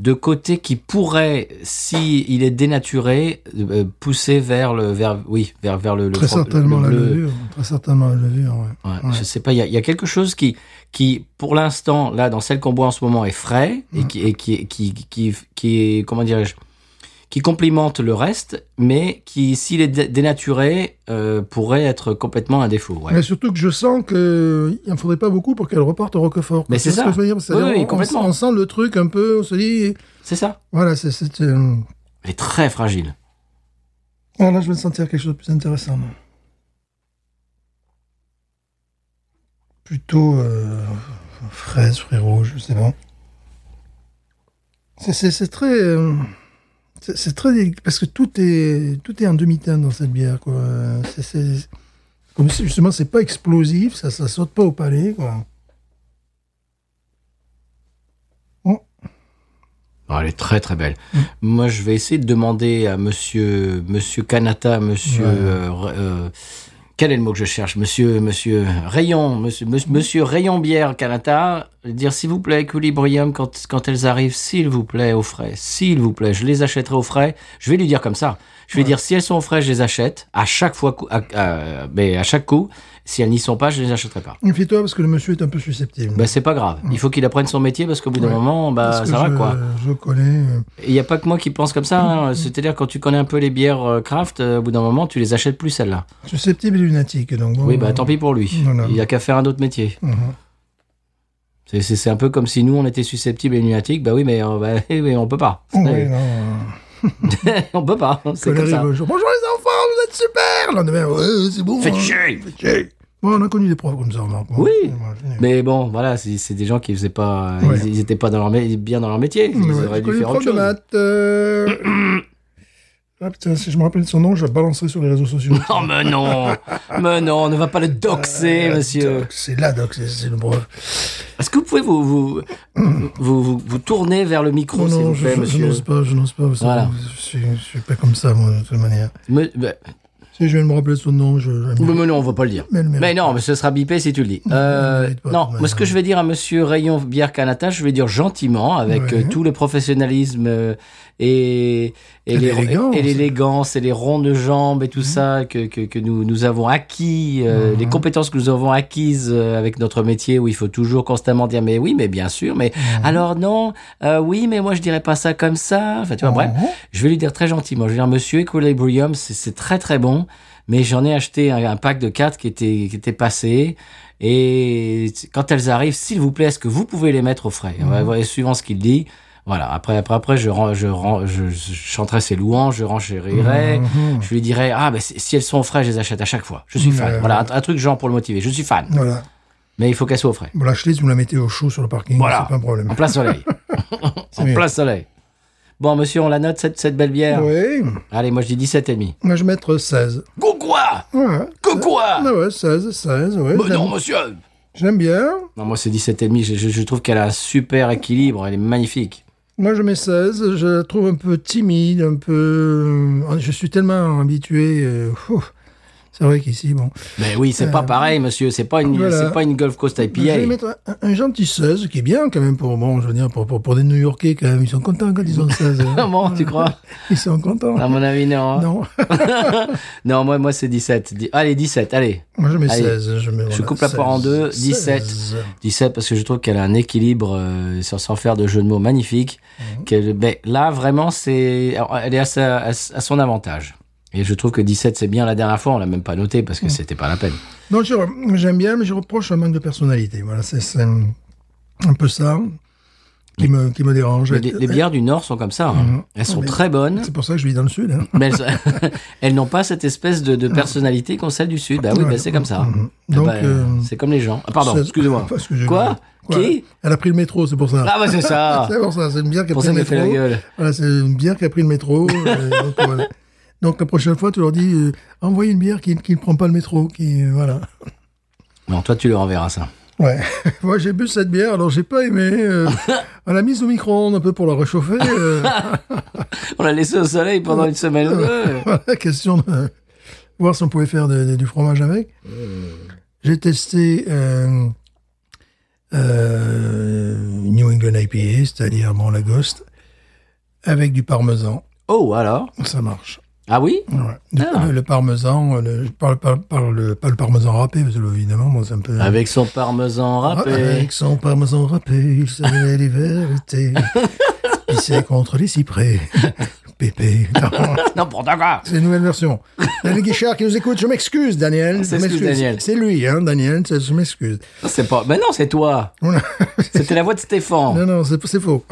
Speaker 1: de côté qui pourrait, si il est dénaturé, euh, pousser vers le vers oui vers vers le, le
Speaker 2: très
Speaker 1: fro-
Speaker 2: certainement
Speaker 1: le
Speaker 2: la
Speaker 1: bleu.
Speaker 2: levure. Très certainement la levure, ouais.
Speaker 1: Ouais, Je sais pas, il y a, il y a quelque chose qui, qui pour l'instant, là, dans celle qu'on boit en ce moment, est frais et qui, et qui, qui, qui, qui est, comment dirais-je, qui complimente le reste, mais qui, s'il est dé- dénaturé, euh, pourrait être complètement un défaut. Ouais.
Speaker 2: Mais surtout que je sens qu'il n'en faudrait pas beaucoup pour qu'elle reporte au Roquefort.
Speaker 1: Mais
Speaker 2: Tu
Speaker 1: c'est
Speaker 2: vois ce que
Speaker 1: ça.
Speaker 2: je veux dire C'est-à-dire,
Speaker 1: Oui, oui,
Speaker 2: on- on-
Speaker 1: complètement.
Speaker 2: on sent le truc un peu, on se dit,
Speaker 1: C'est ça.
Speaker 2: Voilà, c'est- c'est. euh,
Speaker 1: Elle est très fragile.
Speaker 2: Ah, là, je vais sentir quelque chose de plus intéressant. moi. Plutôt euh, fraise, fruits rouges, c'est bon. C'est- C'est c'est très. euh, c'est c'est très. délicat, Parce que tout est, tout est en demi-teinte dans cette bière, quoi. Euh, c'est- C'est. Comme si, justement, c'est pas explosif, ça, ça saute pas au palais, quoi.
Speaker 1: Non, Ah, elle est très très belle.
Speaker 2: Mm.
Speaker 1: Moi, je vais essayer de demander à monsieur, monsieur Kanata, monsieur.
Speaker 2: Ouais.
Speaker 1: euh, Ra- euh, quel est le mot que je cherche Monsieur, monsieur Rayon, monsieur, monsieur, monsieur Rayon Bière Kanata, dire s'il vous plaît, Equilibrium, quand, quand elles arrivent, s'il vous plaît, au frais, s'il vous plaît, je les achèterai au frais. Je vais lui dire comme ça. Je vais dire si elles sont au frais, je les achète. À chaque fois, cou- à, à- mais à chaque coup, si elles n'y sont pas, je les achèterai pas.
Speaker 2: Méfie-toi parce que le monsieur est un peu susceptible.
Speaker 1: Bah, c'est pas grave. Il faut qu'il apprenne son métier parce qu'au bout d'un
Speaker 2: Mm. Ouais.
Speaker 1: moment,
Speaker 2: Parce
Speaker 1: bah,
Speaker 2: que
Speaker 1: ça va
Speaker 2: je,
Speaker 1: quoi.
Speaker 2: Je connais. euh,
Speaker 1: Il n'y a pas que moi qui pense comme ça. hein. C'est-à-dire, quand tu connais un peu les bières euh, craft, euh, au bout d'un moment, tu les achètes plus, celles-là.
Speaker 2: Susceptible et lunatique, donc bon.
Speaker 1: oui, bah
Speaker 2: euh,
Speaker 1: tant pis pour lui.
Speaker 2: Voilà.
Speaker 1: Il a qu'à faire un autre métier.
Speaker 2: mhm.
Speaker 1: C'est- C'est c'est un peu comme si nous, on était susceptibles et lunatiques. Bah oui, mais, euh, bah, eh oui, on peut pas.
Speaker 2: Oh, ouais, non, euh,
Speaker 1: on peut pas. hein.
Speaker 2: que
Speaker 1: C'est comme ça.
Speaker 2: l'arrive le jour, Bonjour les enfants, vous êtes super Le lendemain, ouais, c'est bon.
Speaker 1: Faites
Speaker 2: hein.
Speaker 1: chier
Speaker 2: Faites chier. Bon, on a connu des profs comme ça, Marc.
Speaker 1: Oui.
Speaker 2: Moi, je-
Speaker 1: Mais bon, voilà, c'est c'est des gens qui faisaient pas,
Speaker 2: Ouais.
Speaker 1: ils, ils étaient pas dans leur mé- bien dans leur métier. Ils
Speaker 2: Ouais,
Speaker 1: auraient
Speaker 2: j'ai
Speaker 1: dû
Speaker 2: connu des
Speaker 1: faire autre
Speaker 2: profs de
Speaker 1: chose.
Speaker 2: maths. euh, Ah putain, si je me rappelle de son nom, je la balancerai sur les réseaux sociaux.
Speaker 1: Oh, mais non, mais non, ne va pas le doxer,
Speaker 2: La
Speaker 1: monsieur.
Speaker 2: doc, C'est la doc, c'est- c'est le prof.
Speaker 1: Est-ce que vous pouvez vous vous, vous, vous- vous tourner vers le micro,
Speaker 2: Hmm. Non,
Speaker 1: s'il
Speaker 2: non,
Speaker 1: vous
Speaker 2: je
Speaker 1: plaît,
Speaker 2: je- je
Speaker 1: monsieur
Speaker 2: n'ose pas, je n'ose pas. vous savez,
Speaker 1: Voilà.
Speaker 2: Je suis- je suis pas comme ça, moi, de toute manière.
Speaker 1: Me- bah,
Speaker 2: Si je viens de me rappeler son nom, je. je-
Speaker 1: Mais, mais non, on va pas le dire.
Speaker 2: Mais le mérite
Speaker 1: Mais non, mais ce sera bipé si tu le dis. Euh,
Speaker 2: le mérite pas,
Speaker 1: non,
Speaker 2: ouais,
Speaker 1: moi, ce que
Speaker 2: ouais.
Speaker 1: je vais dire à Monsieur Rayon Bière Canata, je vais dire gentiment, avec
Speaker 2: Ouais.
Speaker 1: euh, tout le professionnalisme euh, et, et
Speaker 2: Et
Speaker 1: les-
Speaker 2: l'élégance. Mmh.
Speaker 1: et l'élégance et les ronds de jambes et tout ça que, que, que nous, nous avons acquis, euh, les compétences que nous avons acquises euh, avec notre métier où il faut toujours constamment dire mais oui, mais bien sûr, mais
Speaker 2: Mmh.
Speaker 1: alors non, euh, oui, mais moi je dirais pas ça comme ça. Enfin, tu vois, bref.
Speaker 2: Mhm.
Speaker 1: Je vais lui dire très gentiment. Je vais dire, monsieur, Equilibrium, c'est- c'est très très bon, mais j'en ai acheté un, un pack de 4 qui était, qui était passé. Et quand elles arrivent, s'il vous plaît, est-ce que vous pouvez les mettre au frais
Speaker 2: Mhm.
Speaker 1: Ouais, ouais, Suivant ce qu'il dit. Voilà, après, après, après je, ren- je, ren- je, je chanterai ses louanges, je renchérirai.
Speaker 2: Mhm.
Speaker 1: Je lui dirais, ah, ben, si si elles sont au frais, je les achète à chaque fois. Je suis fan.
Speaker 2: Ouais.
Speaker 1: Voilà, un, un truc genre pour le motiver. Je suis fan.
Speaker 2: Voilà.
Speaker 1: Mais il faut qu'elles soient au frais.
Speaker 2: Vous l'achetez, vous la mettez au chaud sur le parking.
Speaker 1: Voilà.
Speaker 2: C'est pas un problème.
Speaker 1: En plein soleil. en
Speaker 2: mieux.
Speaker 1: plein soleil. Bon, monsieur, on la note, cette, cette belle bière.
Speaker 2: Oui.
Speaker 1: Allez, moi, je dis 17,5.
Speaker 2: Moi, je vais mettre 16.
Speaker 1: Gougoua
Speaker 2: Ouais.
Speaker 1: Que quoi
Speaker 2: Ah ouais, 16, 16, ouais.
Speaker 1: Mais
Speaker 2: j'aime-
Speaker 1: Non, monsieur
Speaker 2: J'aime bien.
Speaker 1: Non, moi, c'est 17,5. Je, je, je trouve qu'elle a un super équilibre. Elle est magnifique.
Speaker 2: Moi, je mets 16. Je la trouve un peu timide, un peu. euh, Je suis tellement habitué. euh, ouf. C'est vrai qu'ici, bon.
Speaker 1: Mais oui, c'est pas pareil, monsieur. C'est pas une,
Speaker 2: Euh, voilà.
Speaker 1: c'est pas une Golf Coast
Speaker 2: Je vais
Speaker 1: IPA.
Speaker 2: mettre un, un gentil 16, qui est bien quand même pour. Bon, je veux dire, pour, pour, pour des New Yorkais, quand même. Ils sont contents quand ils ont 16. hein.
Speaker 1: Comment, tu crois
Speaker 2: Ils sont contents.
Speaker 1: À mon avis, non. hein.
Speaker 2: Non.
Speaker 1: Non, moi, moi, c'est 17. Di- Allez, 17, allez.
Speaker 2: Moi, je mets
Speaker 1: Allez.
Speaker 2: 16. Je, mets,
Speaker 1: Je
Speaker 2: voilà,
Speaker 1: coupe la poire en deux,
Speaker 2: 16.
Speaker 1: 17. 17 parce que je trouve qu'elle a un équilibre euh, sans, sans faire de jeu de mots magnifique.
Speaker 2: Mhm.
Speaker 1: qu'elle ben, là, vraiment, c'est, alors, elle est à, sa- à s- à son avantage. Et je trouve que 17, c'est bien la dernière fois. On l'a même pas noté parce
Speaker 2: Mhm.
Speaker 1: que c'était pas la peine.
Speaker 2: Non, je- j'aime bien, mais je reproche un manque de personnalité. Voilà, c'est c'est un, un peu ça qui me, qui me dérange.
Speaker 1: Mais Les, les bières du Nord sont comme ça. hein. Elles sont
Speaker 2: euh, Mhm. Mais-
Speaker 1: très bonnes,
Speaker 2: Mmh. C'est pour ça que je vis dans le sud. hein.
Speaker 1: mais elles, elles n'ont pas cette espèce de, de personnalité qu'ont celle du Sud. Bah oui,
Speaker 2: Ouais.
Speaker 1: bah c'est comme ça.
Speaker 2: Mhm.
Speaker 1: Eh
Speaker 2: Donc,
Speaker 1: ben,
Speaker 2: euh,
Speaker 1: c'est comme les gens. Ah, pardon,
Speaker 2: Ça-
Speaker 1: excusez-moi.
Speaker 2: Parce que je-
Speaker 1: Quoi Qui
Speaker 2: Elle a pris le métro, c'est pour ça.
Speaker 1: Ah bah c'est ça.
Speaker 2: c'est pour ça, c'est une bière qui a
Speaker 1: Pour
Speaker 2: pris
Speaker 1: ça
Speaker 2: le
Speaker 1: qu'elle fait la
Speaker 2: métro.
Speaker 1: gueule.
Speaker 2: Voilà, c'est une bière qui a pris le métro. euh, donc, voilà. Donc, la prochaine fois, tu leur dis, euh, envoyez une bière qui qui ne prend pas le métro. Qui, euh, voilà.
Speaker 1: Non, toi tu leur enverras ça.
Speaker 2: Ouais. Moi, j'ai bu cette bière, alors j'ai pas aimé. euh, on l'a mise au micro-ondes un peu pour la réchauffer. euh,
Speaker 1: On l'a laissé au soleil pendant une semaine ou deux.
Speaker 2: Voilà, question de voir si on pouvait faire de- de- du fromage avec.
Speaker 1: Hmm.
Speaker 2: J'ai testé euh, euh, New England IPA, c'est-à-dire bon, la Ghost, avec du parmesan.
Speaker 1: Oh alors
Speaker 2: Ça marche.
Speaker 1: Ah oui
Speaker 2: Ouais. Du-
Speaker 1: Ah.
Speaker 2: Le, le parmesan, euh, le, je parle, parle- parle- pas le parmesan râpé, parce que, évidemment, moi, c'est un peu.
Speaker 1: Avec son parmesan Ah, râpé.
Speaker 2: Ah, Avec son parmesan râpé, il savait les vérités. Pissé contre les cyprès. Pépé. Non.
Speaker 1: N'importe quoi.
Speaker 2: C'est une nouvelle version. Daniel Guichard qui nous écoute, je m'excuse, Daniel. Je
Speaker 1: s'excuse,
Speaker 2: m'excuse.
Speaker 1: Daniel.
Speaker 2: C'est lui, hein, Daniel, c'est- je m'excuse.
Speaker 1: Non, C'est pas. Mais non, c'est toi.
Speaker 2: Oula.
Speaker 1: C'était la voix de Stéphane.
Speaker 2: Non, non, c'est c'est faux.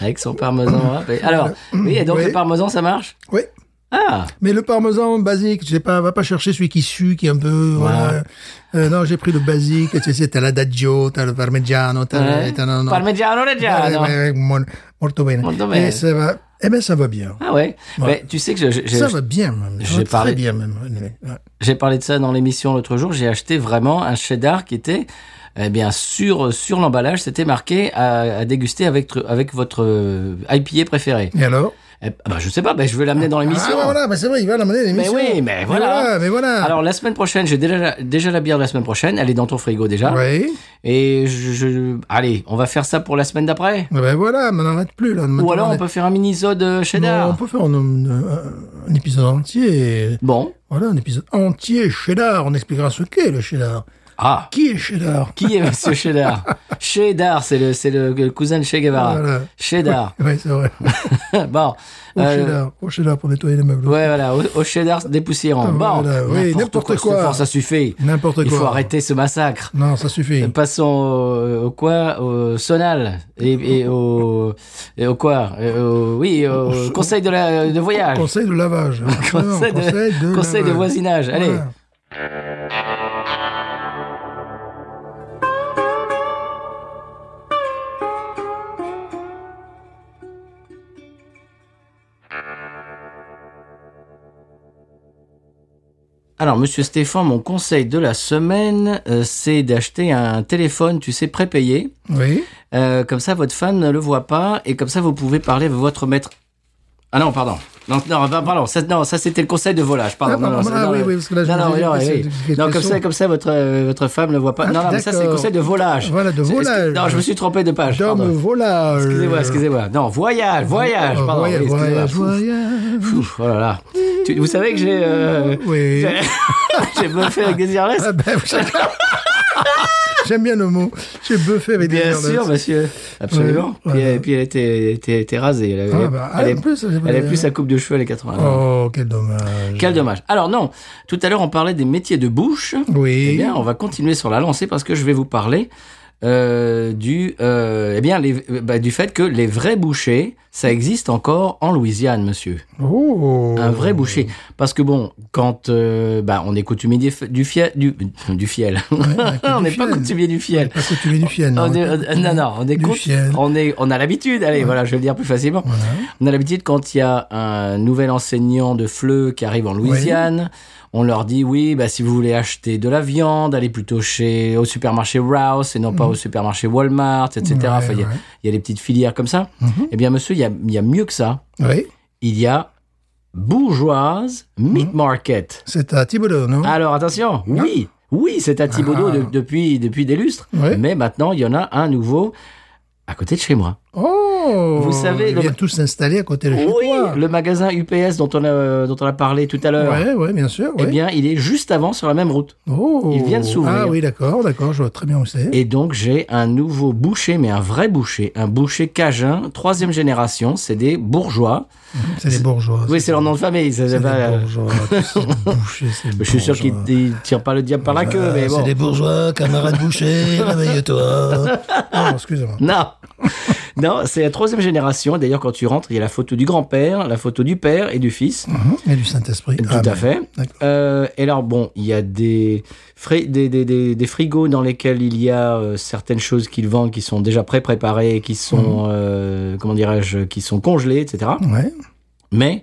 Speaker 1: Avec son parmesan râpé. Alors, oui, et donc
Speaker 2: Oui.
Speaker 1: le parmesan ça marche
Speaker 2: Oui.
Speaker 1: Ah
Speaker 2: Mais le parmesan basique, je sais pas, va pas chercher celui qui sue, qui est un peu.
Speaker 1: Voilà.
Speaker 2: voilà. Euh, non, j'ai pris le basique, tu sais, t'as l'adagio, t'as le parmigiano, t'as le-
Speaker 1: Ouais.
Speaker 2: t'as- non, non.
Speaker 1: Parmigiano
Speaker 2: Ouais,
Speaker 1: reggiano.
Speaker 2: ouais, ouais, mon- molto bene.
Speaker 1: Molto bene.
Speaker 2: Et ça va, eh ben, ça va bien.
Speaker 1: Ah ouais. Mais tu sais que je- je- je-
Speaker 2: Ça va bien, même. Ça
Speaker 1: j'ai
Speaker 2: va très
Speaker 1: parlé-
Speaker 2: bien, même. Ouais.
Speaker 1: j'ai parlé de ça dans l'émission l'autre jour. J'ai acheté vraiment un cheddar qui était, eh bien, sur sur l'emballage, c'était marqué à, à déguster avec tr- avec votre euh, IPA préféré.
Speaker 2: Et alors
Speaker 1: Eh, bah, je sais pas. Bah, je vais l'amener dans l'émission.
Speaker 2: Ah, bah, voilà, bah, c'est vrai, il va l'amener à l'émission.
Speaker 1: oui, mais voilà.
Speaker 2: Mais voilà.
Speaker 1: Alors la semaine prochaine, j'ai déjà la- déjà la bière de la semaine prochaine. Elle est dans ton frigo déjà.
Speaker 2: Oui.
Speaker 1: Et je, je- allez, on va faire ça pour la semaine d'après.
Speaker 2: Ah Ben voilà, mais on n'arrête plus là.
Speaker 1: Ou alors on peut faire un mini-sode euh, cheddar.
Speaker 2: on peut faire un, un- un épisode entier.
Speaker 1: Bon.
Speaker 2: Voilà, un épisode entier cheddar. On expliquera ce qu'est le cheddar.
Speaker 1: Ah.
Speaker 2: Qui est cheddar
Speaker 1: Qui est Monsieur Cheddar Cheddar, c'est le c'est le, le cousin de Che Guevara.
Speaker 2: Voilà.
Speaker 1: Ah, Cheddar.
Speaker 2: Oui, c'est vrai.
Speaker 1: bon.
Speaker 2: Au
Speaker 1: Euh,
Speaker 2: cheddar. Au cheddar pour nettoyer les meubles.
Speaker 1: Ouais, voilà, au, au cheddar dépoussiérant.
Speaker 2: Ah,
Speaker 1: bon,
Speaker 2: voilà, oui, n'importe quoi.
Speaker 1: Stéphane, ça suffit.
Speaker 2: N'importe
Speaker 1: Il
Speaker 2: quoi.
Speaker 1: faut arrêter ce massacre.
Speaker 2: Non, ça suffit.
Speaker 1: Passons au, au quoi Au Sonal et, et au, et au quoi Et au- Oui, au conseil de, la, de voyage.
Speaker 2: Conseil de lavage. Absolument,
Speaker 1: Conseil de- conseil de
Speaker 2: lavage.
Speaker 1: voisinage. Allez.
Speaker 2: Voilà.
Speaker 1: Alors, monsieur Stéphane, mon conseil de la semaine, euh, c'est d'acheter un téléphone, tu sais, prépayé.
Speaker 2: Oui.
Speaker 1: Euh, comme ça, votre femme ne le voit pas et comme ça, vous pouvez parler avec votre maître Ah non, pardon. Non, non, bah, pardon. Ça, non, ça c'était le conseil de volage. Pardon.
Speaker 2: Ah, pardon.
Speaker 1: non, non,
Speaker 2: Ah,
Speaker 1: non,
Speaker 2: oui,
Speaker 1: euh,
Speaker 2: oui, parce que là, je
Speaker 1: non, non,
Speaker 2: me disais
Speaker 1: non,
Speaker 2: que
Speaker 1: oui.
Speaker 2: c'est une
Speaker 1: Non, comme
Speaker 2: explication.
Speaker 1: ça, comme ça, votre euh, votre femme ne voit pas.
Speaker 2: Ah,
Speaker 1: non, non, mais ça c'est le
Speaker 2: d'accord.
Speaker 1: conseil de volage.
Speaker 2: Voilà, de
Speaker 1: C'est- est-ce que-
Speaker 2: volage.
Speaker 1: Non, Ah, je me suis trompé de page.
Speaker 2: Dom,
Speaker 1: pardon.
Speaker 2: voilà. euh,
Speaker 1: Excusez-moi, excusez-moi. Non, voyage, voyage.
Speaker 2: euh,
Speaker 1: Pardon.
Speaker 2: voyage,
Speaker 1: oui, excusez-moi.
Speaker 2: voyage,
Speaker 1: Pouf,
Speaker 2: voyage.
Speaker 1: pouf, oh là là. Tu- vous savez que j'ai euh,
Speaker 2: Oui.
Speaker 1: j'ai bluffé avec des airless.
Speaker 2: Ah ben, chacun- J'aime bien le mot. J'ai buffé avec des
Speaker 1: Bien
Speaker 2: nerfs de-
Speaker 1: sûr, monsieur. Absolument. Puis,
Speaker 2: Ouais, ouais.
Speaker 1: elle- puis elle était, était, était rasée. Elle avait,
Speaker 2: Ah, bah,
Speaker 1: elle
Speaker 2: ah, en
Speaker 1: avait-
Speaker 2: plus,
Speaker 1: elle avait plus sa coupe de cheveux à les 80.
Speaker 2: Oh, quel dommage.
Speaker 1: Quel dommage. Alors non, tout à l'heure on parlait des métiers de bouche.
Speaker 2: Oui.
Speaker 1: Eh bien, on va continuer sur la lancée parce que je vais vous parler euh, du, euh, eh bien, les- euh, bah, du fait que les vrais bouchers, ça existe encore en Louisiane, monsieur.
Speaker 2: Oh.
Speaker 1: Un vrai boucher. Parce que bon, quand euh, bah, on est coutumier du, f- du fiel... Du, du fiel. on
Speaker 2: du
Speaker 1: n'est pas
Speaker 2: fiel.
Speaker 1: coutumier du fiel.
Speaker 2: Parce que tu mets du fiel, non
Speaker 1: On est- on- non, non, on est,
Speaker 2: Du
Speaker 1: cont-
Speaker 2: fiel.
Speaker 1: on est, on a l'habitude. Allez, voilà, je vais le dire plus facilement.
Speaker 2: Voilà.
Speaker 1: On a l'habitude quand il y a un nouvel enseignant de fleu qui arrive en Louisiane, on leur dit oui, bah si vous voulez acheter de la viande, allez plutôt chez au supermarché Rouse et non pas au supermarché Walmart, etc.
Speaker 2: Mhm. Ouais,
Speaker 1: Enfin, il y a-
Speaker 2: ouais.
Speaker 1: il y, a des petites filières comme ça.
Speaker 2: Mhm.
Speaker 1: Eh bien, monsieur, il y a, il y a mieux que ça.
Speaker 2: Oui.
Speaker 1: Il y a bourgeoise
Speaker 2: Mhm.
Speaker 1: meat market.
Speaker 2: C'est à Thibodeau, non
Speaker 1: Alors attention, oui, oui, c'est à Thibaudot
Speaker 2: Hein Ah.
Speaker 1: de- depuis depuis des lustres,
Speaker 2: Ouais.
Speaker 1: mais maintenant il y en a un nouveau à côté de chez moi.
Speaker 2: Oh
Speaker 1: Vous savez,
Speaker 2: Ils
Speaker 1: le-
Speaker 2: viennent tous s'installer à côté de chez
Speaker 1: Oui,
Speaker 2: toi.
Speaker 1: le magasin UPS dont on a, dont on a parlé tout à l'heure.
Speaker 2: Ouais, ouais, bien sûr.
Speaker 1: Eh
Speaker 2: ouais.
Speaker 1: bien, il est juste avant sur la même route.
Speaker 2: oh.
Speaker 1: ils viennent s'ouvrir.
Speaker 2: Ah oui, d'accord, d'accord, je vois très bien où c'est.
Speaker 1: Et donc, j'ai un nouveau boucher, mais un vrai boucher, un boucher cajun, troisième génération. C'est des bourgeois.
Speaker 2: Ah, C'est des bourgeois.
Speaker 1: Oui, c'est leur nom de famille. ça,
Speaker 2: C'est
Speaker 1: c'est
Speaker 2: des
Speaker 1: pas- euh,
Speaker 2: bourgeois. tous ces bouchers, ces
Speaker 1: Je suis sûr
Speaker 2: bourgeois.
Speaker 1: qu'ils ils tirent pas le diable par la queue,
Speaker 2: Ah,
Speaker 1: mais bon.
Speaker 2: C'est des bourgeois, camarade Boucher, réveille-toi. Non, excusez-moi.
Speaker 1: Non, non, c'est la troisième génération. D'ailleurs, quand tu rentres, il y a la photo du grand-père, la photo du père et du fils.
Speaker 2: Et du Saint-Esprit. bah,
Speaker 1: Tout à fait.
Speaker 2: Ah, D'accord.
Speaker 1: Euh, et alors, bon, il y a des, fri- des, des, des, des frigos dans lesquels il y a euh, certaines choses qu'ils vendent qui sont déjà pré-préparées, qui sont, euh, comment dirais-je, qui sont congelées, etc.
Speaker 2: Ouais.
Speaker 1: Mais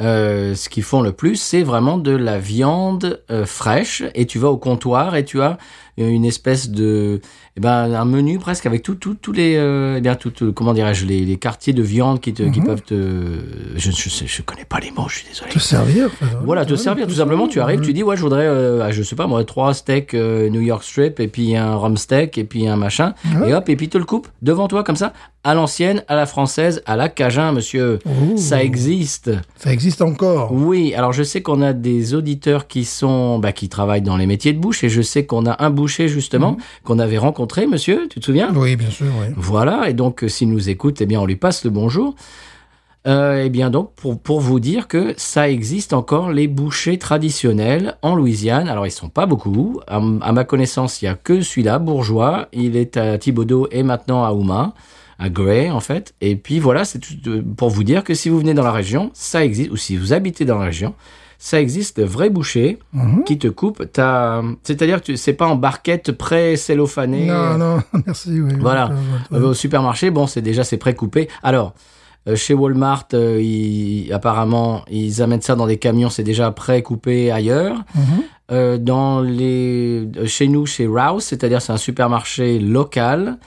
Speaker 1: euh, ce qu'ils font le plus, c'est vraiment de la viande euh, fraîche. Et tu vas au comptoir et tu as euh, une espèce de, eh ben, un menu presque avec tout, tout, tous les, euh, eh bien, tout, tout- comment dirais-je, les, les quartiers de viande qui, te, qui peuvent te, je ne je, sais- je connais pas les mots, je suis désolé.
Speaker 2: Te servir.
Speaker 1: Voilà, te servir, tout simplement, tu arrives,
Speaker 2: Mhm.
Speaker 1: tu dis, ouais, je voudrais, euh, ah, je sais pas moi, trois steaks euh, New York Strip, et puis un rum steak, et puis un machin,
Speaker 2: Ouais.
Speaker 1: et hop, et puis te le coupe devant toi, comme ça, à l'ancienne, à la française, à la cajun, monsieur.
Speaker 2: Mmh. Ouh.
Speaker 1: Ça existe.
Speaker 2: Ça existe encore.
Speaker 1: Oui, alors je sais qu'on a des auditeurs qui sont, bah, qui travaillent dans les métiers de bouche, et je sais qu'on a un boucher, justement, qu'on avait rencontré, monsieur, tu te souviens?
Speaker 2: Oui, bien sûr, oui.
Speaker 1: Voilà, et donc euh, s'il nous écoute, eh bien on lui passe le bonjour. Euh, eh bien donc pour, pour vous dire que ça existe encore les bouchers traditionnels en Louisiane. Alors ils sont pas beaucoup. À, m- à ma connaissance, il y a que celui-là, bourgeois. Il est à Thibodeau et maintenant à Houma, à Gray en fait. Et puis voilà, c'est tout, euh, pour vous dire que si vous venez dans la région, ça existe, ou si vous habitez dans la région. Ça existe de vrais bouchers
Speaker 2: Mhm.
Speaker 1: qui te coupent ta... C'est-à-dire que tu- c'est pas en barquette pré-cellophanée.
Speaker 2: Non, non, merci, oui.
Speaker 1: Voilà.
Speaker 2: Ouais.
Speaker 1: Euh, Au supermarché, bon, c'est déjà c'est précoupé. Alors, euh, chez Walmart, euh, ils- apparemment, ils amènent ça dans des camions, c'est déjà précoupé ailleurs.
Speaker 2: Mhm.
Speaker 1: Euh, dans les, euh, chez nous, chez Rouse, c'est-à-dire c'est un supermarché local.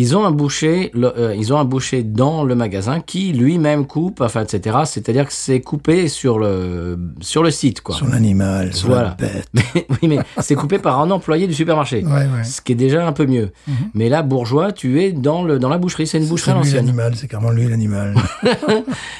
Speaker 1: Ils ont un boucher, le- euh, ils ont un boucher dans le magasin qui lui-même coupe, enfin, etc. C'est-à-dire que c'est coupé sur le sur le site, quoi.
Speaker 2: Sur l'animal, sur
Speaker 1: Voilà.
Speaker 2: la bête.
Speaker 1: Mais, oui, mais c'est coupé par un employé du supermarché.
Speaker 2: Ouais, ouais.
Speaker 1: Ce qui est déjà un peu mieux. Mais là, bourgeois, tu es dans, le, dans la boucherie. C'est une boucherie
Speaker 2: C'est
Speaker 1: à
Speaker 2: lui
Speaker 1: l'ancienne.
Speaker 2: l'animal, c'est carrément lui l'animal.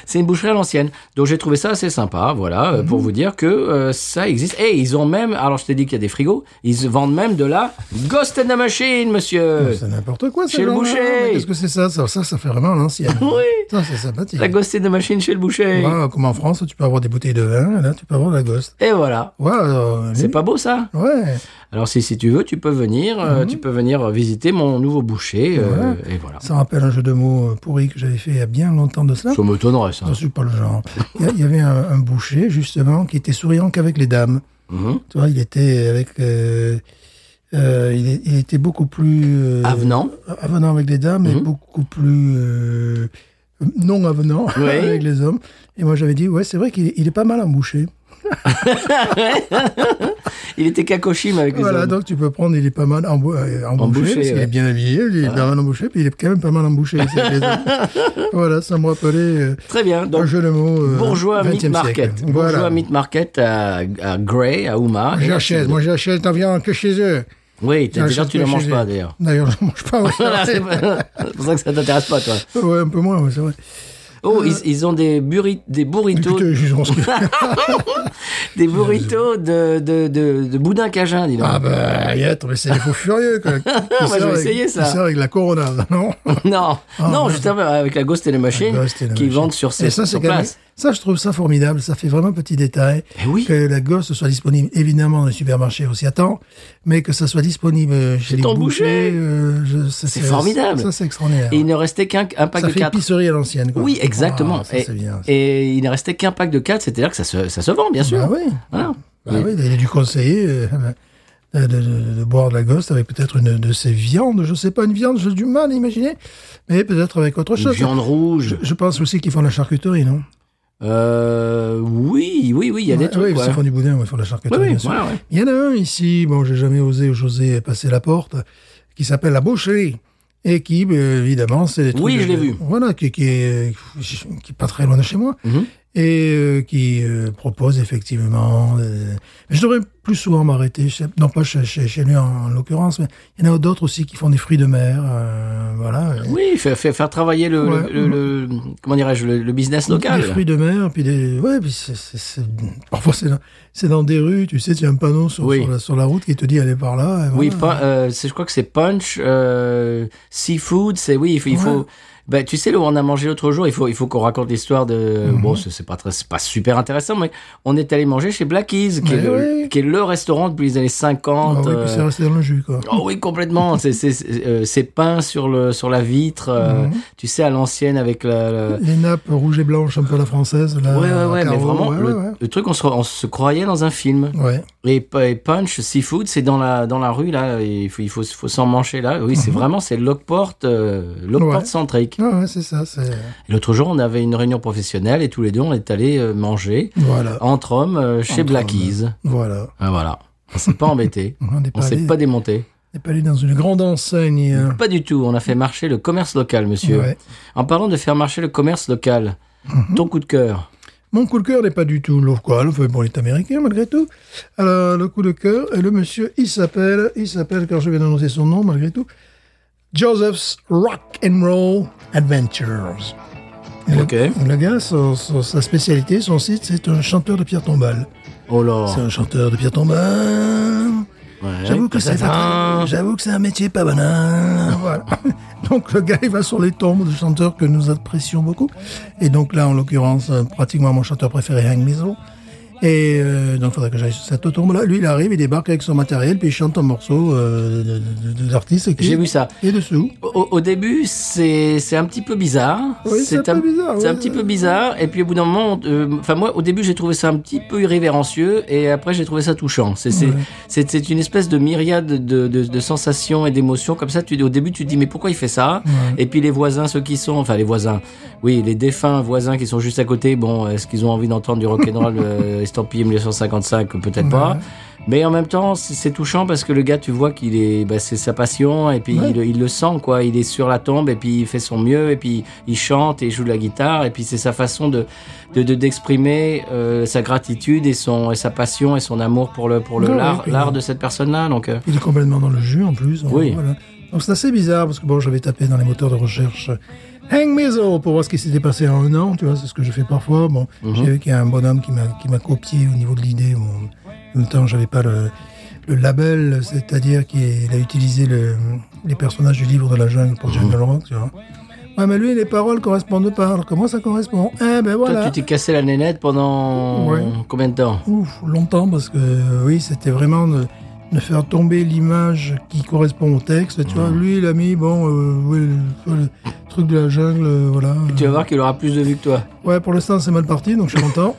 Speaker 1: C'est une boucherie à l'ancienne. Donc j'ai trouvé ça assez sympa, voilà, euh,
Speaker 2: Mhm.
Speaker 1: pour vous dire que euh, ça existe. Et ils ont même, alors je t'ai dit qu'il y a des frigos, ils vendent même de la Ghost in the Machine, monsieur.
Speaker 2: c'est n'importe quoi, Oh, ça.
Speaker 1: chez le boucher.
Speaker 2: Qu'est-ce que c'est ça ça, ça, ça fait vraiment à l'ancienne.
Speaker 1: Oui.
Speaker 2: Ça, c'est sympathique.
Speaker 1: La Ghost in the Machine chez le boucher.
Speaker 2: Voilà, comme en France, tu peux avoir des bouteilles de vin, là, tu peux avoir de la gosse.
Speaker 1: Et voilà.
Speaker 2: Ouais, euh,
Speaker 1: C'est pas beau ça
Speaker 2: Ouais.
Speaker 1: Alors si, si tu veux, tu peux venir,
Speaker 2: Mhm.
Speaker 1: euh, tu peux venir visiter mon nouveau boucher euh, et voilà.
Speaker 2: Ça rappelle un jeu de mots euh, pourri que j'avais fait il y a bien longtemps de cela.
Speaker 1: Ça m'étonnerait ça.
Speaker 2: Je suis pas le genre. Il y, a- il y avait un, un boucher, justement, qui était souriant qu'avec les dames.
Speaker 1: Mhm.
Speaker 2: Tu vois, il était avec. euh, euh, il, est- il était beaucoup plus. euh,
Speaker 1: Avenant. Mhm.
Speaker 2: Avenant avec les dames et beaucoup plus. euh, non avenant
Speaker 1: Oui.
Speaker 2: avec les hommes. Et moi, j'avais dit, ouais, c'est vrai qu'il est- il est pas mal en boucher.
Speaker 1: Il était cacochime avec les
Speaker 2: Voilà,
Speaker 1: hommes.
Speaker 2: donc tu peux prendre, il est pas mal embou- euh, embouché,
Speaker 1: Embouché,
Speaker 2: parce qu'il
Speaker 1: ouais.
Speaker 2: est bien habillé, il est pas mal embouché, puis il est quand même pas mal embouché. aussi, avec les autres. voilà, ça me rappelait euh,
Speaker 1: Très bien.
Speaker 2: un
Speaker 1: Donc,
Speaker 2: jeu de mots. euh,
Speaker 1: bourgeois
Speaker 2: 20e
Speaker 1: meat
Speaker 2: siècle.
Speaker 1: market. Bourgeois
Speaker 2: Voilà.
Speaker 1: meat market à, à Grey, à Uma. Et là,
Speaker 2: J'achète,
Speaker 1: tu-
Speaker 2: moi j'achète en viande que chez eux.
Speaker 1: Oui, t'as- déjà,
Speaker 2: J'achète
Speaker 1: tu
Speaker 2: que
Speaker 1: ne
Speaker 2: chez
Speaker 1: manges
Speaker 2: eux.
Speaker 1: pas d'ailleurs.
Speaker 2: D'ailleurs, je ne mange pas. ouais.
Speaker 1: Voilà, c'est pas- c'est pour ça que ça t'intéresse pas, toi.
Speaker 2: Ouais, un peu moins, ouais, c'est vrai. Euh.
Speaker 1: Oh, ils, ils ont des, burri- des burritos,
Speaker 2: Écoutez, je pense que-
Speaker 1: des burritos de, de, de, de boudin cajun, dis donc.
Speaker 2: Ah bah, y a, mais c'est les faux furieux. Quoi. Qui
Speaker 1: je vais
Speaker 2: sort avec-
Speaker 1: essayer ça.
Speaker 2: Qui sert avec la Corona, non
Speaker 1: non, non,
Speaker 2: Ah, merde.
Speaker 1: juste avant, avec la Ghost et les Machines,
Speaker 2: Ghost et la
Speaker 1: qui
Speaker 2: machine.
Speaker 1: vendent sur,
Speaker 2: Et
Speaker 1: ces
Speaker 2: ça, c'est
Speaker 1: sur
Speaker 2: quand même-
Speaker 1: place.
Speaker 2: Ça, je trouve ça formidable. Ça fait vraiment petit détail.
Speaker 1: Eh oui.
Speaker 2: Que la gosse soit disponible, évidemment, dans les supermarchés, on s'y attend, mais que ça soit disponible euh, chez les
Speaker 1: ton boucher.
Speaker 2: bouchers. euh, je- ça,
Speaker 1: C'est formidable.
Speaker 2: Ça, c'est extraordinaire.
Speaker 1: Et il ne restait qu'un un pack
Speaker 2: ça
Speaker 1: de
Speaker 2: fait
Speaker 1: quatre.
Speaker 2: épicerie à l'ancienne. quoi.
Speaker 1: Oui, exactement.
Speaker 2: Ah, ça,
Speaker 1: et,
Speaker 2: c'est bien.
Speaker 1: et il ne restait qu'un pack de 4, c'est-à-dire que ça se, ça se vend, bien sûr. Hein
Speaker 2: Bah oui.
Speaker 1: Voilà.
Speaker 2: Bah oui, il a dû conseiller euh, de, de- de- de boire de la gosse avec peut-être une de ces viandes, je sais pas, une viande, j'ai du mal à imaginer, mais peut-être avec autre
Speaker 1: Une
Speaker 2: chose.
Speaker 1: viande rouge.
Speaker 2: Je pense aussi qu'ils font de la charcuterie, non
Speaker 1: Euh, oui, oui, oui, il y a
Speaker 2: Ouais,
Speaker 1: des trucs.
Speaker 2: Oui,
Speaker 1: ouais.
Speaker 2: ils font du boudin, ouais, ils font de la
Speaker 1: Oui,
Speaker 2: charcuterie,
Speaker 1: oui,
Speaker 2: bien sûr.
Speaker 1: voilà, ouais.
Speaker 2: Il y en a un ici, bon, j'ai jamais osé, j'osais passer la porte, qui s'appelle la boucherie. Et qui, euh, évidemment, c'est des trucs
Speaker 1: Oui, je
Speaker 2: de-
Speaker 1: l'ai vu.
Speaker 2: Voilà, qui, qui, est, qui est pas très loin de chez moi.
Speaker 1: Mhm.
Speaker 2: Et euh, qui euh, propose effectivement. euh, je devrais plus souvent m'arrêter, chez- non pas chez, chez- chez lui en, en l'occurrence, mais il y en a d'autres aussi qui font des fruits de mer. euh, voilà.
Speaker 1: Oui, faire, faire- faire travailler le,
Speaker 2: Ouais.
Speaker 1: le- le- le- comment dirais-je, le, le business
Speaker 2: Des
Speaker 1: local.
Speaker 2: fruits de mer, puis des. Ouais, puis c'est- c'est- c'est- Parfois, c'est dans, c'est dans des rues, tu sais, tu as un panneau sur,
Speaker 1: Oui.
Speaker 2: sur la, sur la route qui te dit allez par là. et
Speaker 1: Oui,
Speaker 2: voilà.
Speaker 1: pas, euh, c'est- je crois que c'est punch, euh, seafood, c'est oui, il faut. il
Speaker 2: Ouais.
Speaker 1: faut- ben, tu sais, là où on a mangé l'autre jour, il faut, il faut qu'on raconte l'histoire de.
Speaker 2: Mhm.
Speaker 1: Bon, c'est c'est pas très, c'est pas super intéressant, mais on est allé manger chez Blackies, qui, est
Speaker 2: Ouais,
Speaker 1: le,
Speaker 2: ouais.
Speaker 1: qui est le restaurant depuis les années 50.
Speaker 2: Bah Ah oui,
Speaker 1: euh,
Speaker 2: puis c'est resté dans le jus, quoi.
Speaker 1: Oh oui, complètement. C'est c'est- c'est, euh, c'est peint sur, le, sur la vitre, euh,
Speaker 2: Mhm.
Speaker 1: tu sais, à l'ancienne avec la... la-
Speaker 2: Les nappes rouges et blanches, un peu à la française. Là,
Speaker 1: Ouais, ouais,
Speaker 2: à
Speaker 1: ouais, mais
Speaker 2: carreaux,
Speaker 1: vraiment,
Speaker 2: Ah, ouais,
Speaker 1: le,
Speaker 2: ouais,
Speaker 1: le truc, on se, on se croyait dans un film.
Speaker 2: ouais. Ouais.
Speaker 1: Et, P- et Punch, Seafood, c'est dans la, dans la rue, là, et il faut, il faut, faut s'en mancher, là. Oui, c'est vraiment, c'est Lockport, euh, Lockport
Speaker 2: Mhm. Ouais.
Speaker 1: centrique.
Speaker 2: Ah, Ouais, ouais, c'est ça. c'est-
Speaker 1: Et L'autre jour, on avait une réunion professionnelle et tous les deux, on est allés euh, manger
Speaker 2: Voilà.
Speaker 1: entre hommes euh, chez
Speaker 2: Entre
Speaker 1: Blackies.
Speaker 2: Voilà.
Speaker 1: Ah, voilà. On s'est pas embêté.
Speaker 2: On n'est
Speaker 1: On
Speaker 2: pas,
Speaker 1: s'est
Speaker 2: allé-
Speaker 1: pas démonté.
Speaker 2: on n'est pas allé dans une grande enseigne. hein.
Speaker 1: Pas du tout. On a fait marcher le commerce local, monsieur.
Speaker 2: Ouais. Mhm.
Speaker 1: En parlant de faire marcher le commerce local, ton coup de cœur.
Speaker 2: Mon coup de cœur n'est pas du tout le quoi. Le bon, il est américain malgré tout. Alors le coup de cœur, et le monsieur, il s'appelle, il s'appelle quand je vais annoncer son nom malgré tout, Joseph's Rock and Roll Adventures. Et le-
Speaker 1: Ok.
Speaker 2: Le gars, son- son- sa spécialité, son site, c'est un chanteur de pierre tombale.
Speaker 1: Oh là.
Speaker 2: C'est un chanteur de pierre tombale.
Speaker 1: Ouais.
Speaker 2: J'avoue que c'est
Speaker 1: Tadam.
Speaker 2: pas- j'avoue que c'est un métier pas banal. Voilà. Donc le gars il va sur les tombes de chanteurs que nous apprécions beaucoup. Et donc là en l'occurrence euh, pratiquement mon chanteur préféré Hank Mizzle. Et euh, donc faudrait que j'aille sur cette tombe là. Lui il arrive, il débarque avec son matériel puis il chante un morceau euh, de, de- de- de l'artiste qui
Speaker 1: J'ai vu ça.
Speaker 2: est dessous.
Speaker 1: Au, au début, c'est c'est un petit peu bizarre.
Speaker 2: Oui, c'est un
Speaker 1: un,
Speaker 2: peu bizarre,
Speaker 1: C'est un
Speaker 2: oui.
Speaker 1: petit peu bizarre. Et puis au bout d'un moment, euh, enfin moi, au début, j'ai trouvé ça un petit peu irrévérencieux, et après, j'ai trouvé ça touchant. C'est c'est c'est c'est une espèce de myriade de, de, de sensations et d'émotions comme ça. Tu au début, tu te dis mais pourquoi il fait ça Et puis les voisins, ceux qui sont, enfin les voisins, oui, les défunts voisins qui sont juste à côté. Bon, est-ce qu'ils ont envie d'entendre du rock'n'roll euh, estampillé 1955 Peut-être pas. Mais en même temps, c'est c'est touchant parce que le gars, tu vois qu'il est, bah, c'est sa passion et puis
Speaker 2: Ouais.
Speaker 1: il, il le sent quoi. Il est sur la tombe et puis il fait son mieux et puis il chante et il joue de la guitare et puis c'est sa façon de de de- d'exprimer euh, sa gratitude et son et sa passion et son amour pour le pour le
Speaker 2: Ouais, ouais,
Speaker 1: l'art
Speaker 2: puis-
Speaker 1: l'art de cette personne là. Donc euh,
Speaker 2: Il est complètement dans le jus en plus. Donc,
Speaker 1: Oui.
Speaker 2: voilà. Donc c'est assez bizarre parce que bon, j'avais tapé dans les moteurs de recherche euh, Hank Mizzle pour voir ce qui s'était passé en un an. Tu vois, c'est ce que je fais parfois. Bon,
Speaker 1: Mhm.
Speaker 2: j'ai vu qu'il y a un bonhomme qui m'a qui m'a copié au niveau de l'idée. Bon, en même temps, j'avais pas le le label, c'est-à-dire qu'il a utilisé le, les personnages du livre de la jungle pour
Speaker 1: Mhm.
Speaker 2: Jungle Rock. Tu vois. Ouais, mais lui, les paroles correspondent pas. Alors comment ça correspond Eh ben voilà.
Speaker 1: toi, tu t'es cassé la nénette pendant
Speaker 2: Ouais.
Speaker 1: combien de temps
Speaker 2: Ouf, longtemps parce que euh, oui, c'était vraiment de, de faire tomber l'image qui correspond au texte. Tu vois, lui, il a mis bon, euh, ouais, le, le truc de la jungle, euh, voilà.
Speaker 1: Tu vas voir qu'il aura plus de vues que toi.
Speaker 2: Ouais, pour l'instant, c'est mal parti, donc je suis content.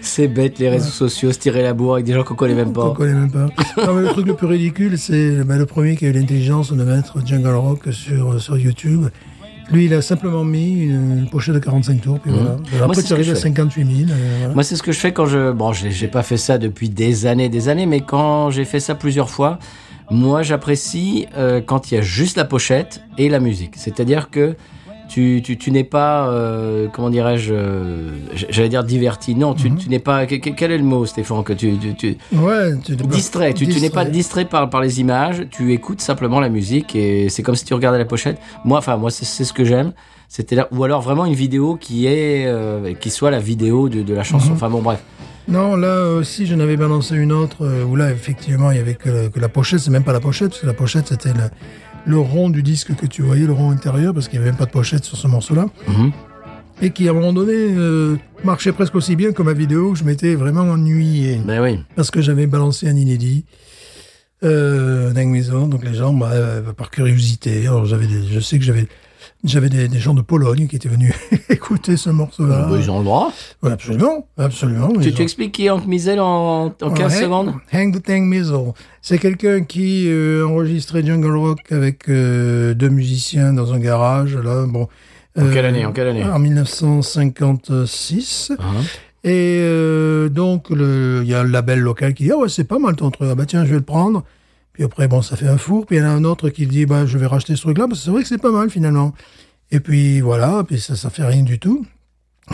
Speaker 1: C'est bête les réseaux sociaux, se tirer la bourre avec des gens qu'on connaît même pas.
Speaker 2: On connaît même pas. Non, mais le truc le plus ridicule, c'est ben, le premier qui a eu l'intelligence de mettre Jungle Rock sur, sur euh, YouTube Lui, il a simplement mis une pochette de 45 tours, puis voilà. Alors
Speaker 1: Mmh. Moi,
Speaker 2: après,
Speaker 1: c'est ce
Speaker 2: tu
Speaker 1: que
Speaker 2: arrives
Speaker 1: je
Speaker 2: à
Speaker 1: fais.
Speaker 2: 58 000. euh, voilà.
Speaker 1: Moi, c'est ce que je fais quand je. Bon, j'ai j'ai pas fait ça depuis des années, des années, mais quand j'ai fait ça plusieurs fois, moi, j'apprécie euh, quand il y a juste la pochette et la musique. C'est-à-dire que tu, tu, tu n'es pas. euh, comment dirais-je euh, j- J'allais dire diverti. Non, tu, tu n'es pas. que- que- Quel est le mot, Stéphane que tu, tu, tu-
Speaker 2: Ouais, tu
Speaker 1: Distrait. Tu, tu n'es pas distrait
Speaker 2: distrait.
Speaker 1: par, par les images. Tu écoutes simplement la musique et c'est comme si tu regardais la pochette. Moi, enfin, moi, c'est- c'est ce que j'aime. C'était là, ou alors vraiment une vidéo qui est euh, qui soit la vidéo de, de la chanson.
Speaker 2: Mhm.
Speaker 1: Enfin bon, bref.
Speaker 2: Non, là aussi, j'en avais balancé une autre euh, où là, effectivement, il y avait que, que la pochette. C'est même pas la pochette, parce que la pochette, c'était le, le rond du disque que tu voyais, le rond intérieur, parce qu'il n'y avait même pas de pochette sur ce morceau-là.
Speaker 1: Mhm.
Speaker 2: Et qui, à un moment donné, euh, marchait presque aussi bien que ma vidéo. où Je m'étais vraiment ennuyé.
Speaker 1: Ben oui.
Speaker 2: parce que j'avais balancé un inédit euh, Dingue Maison, donc les gens, bah, euh, par curiosité, alors j'avais, des- je sais que j'avais, j'avais des, des gens de Pologne qui étaient venus écouter ce morceau-là.
Speaker 1: Ben, ils ont le droit.
Speaker 2: Ouais, absolument, absolument. ils
Speaker 1: Tu
Speaker 2: Bah, ont-
Speaker 1: t'expliques qui est Hank Mizel en, en 15
Speaker 2: Ouais,
Speaker 1: secondes
Speaker 2: Hank the Tank Maison. C'est quelqu'un qui euh, enregistrait Jungle Rock avec euh, deux musiciens dans un garage. Là, bon. Euh,
Speaker 1: En quelle année, en quelle année
Speaker 2: En 1956. Et euh, donc, le- il y a le label local qui dit Ah ouais, c'est pas mal ton truc. Ah bah tiens, je vais le prendre. Puis après, bon, ça fait un four. Puis il y en a un autre qui dit Bah, je vais racheter ce truc-là, parce que c'est vrai que c'est pas mal finalement. Et puis voilà, puis ça, ça fait rien du tout.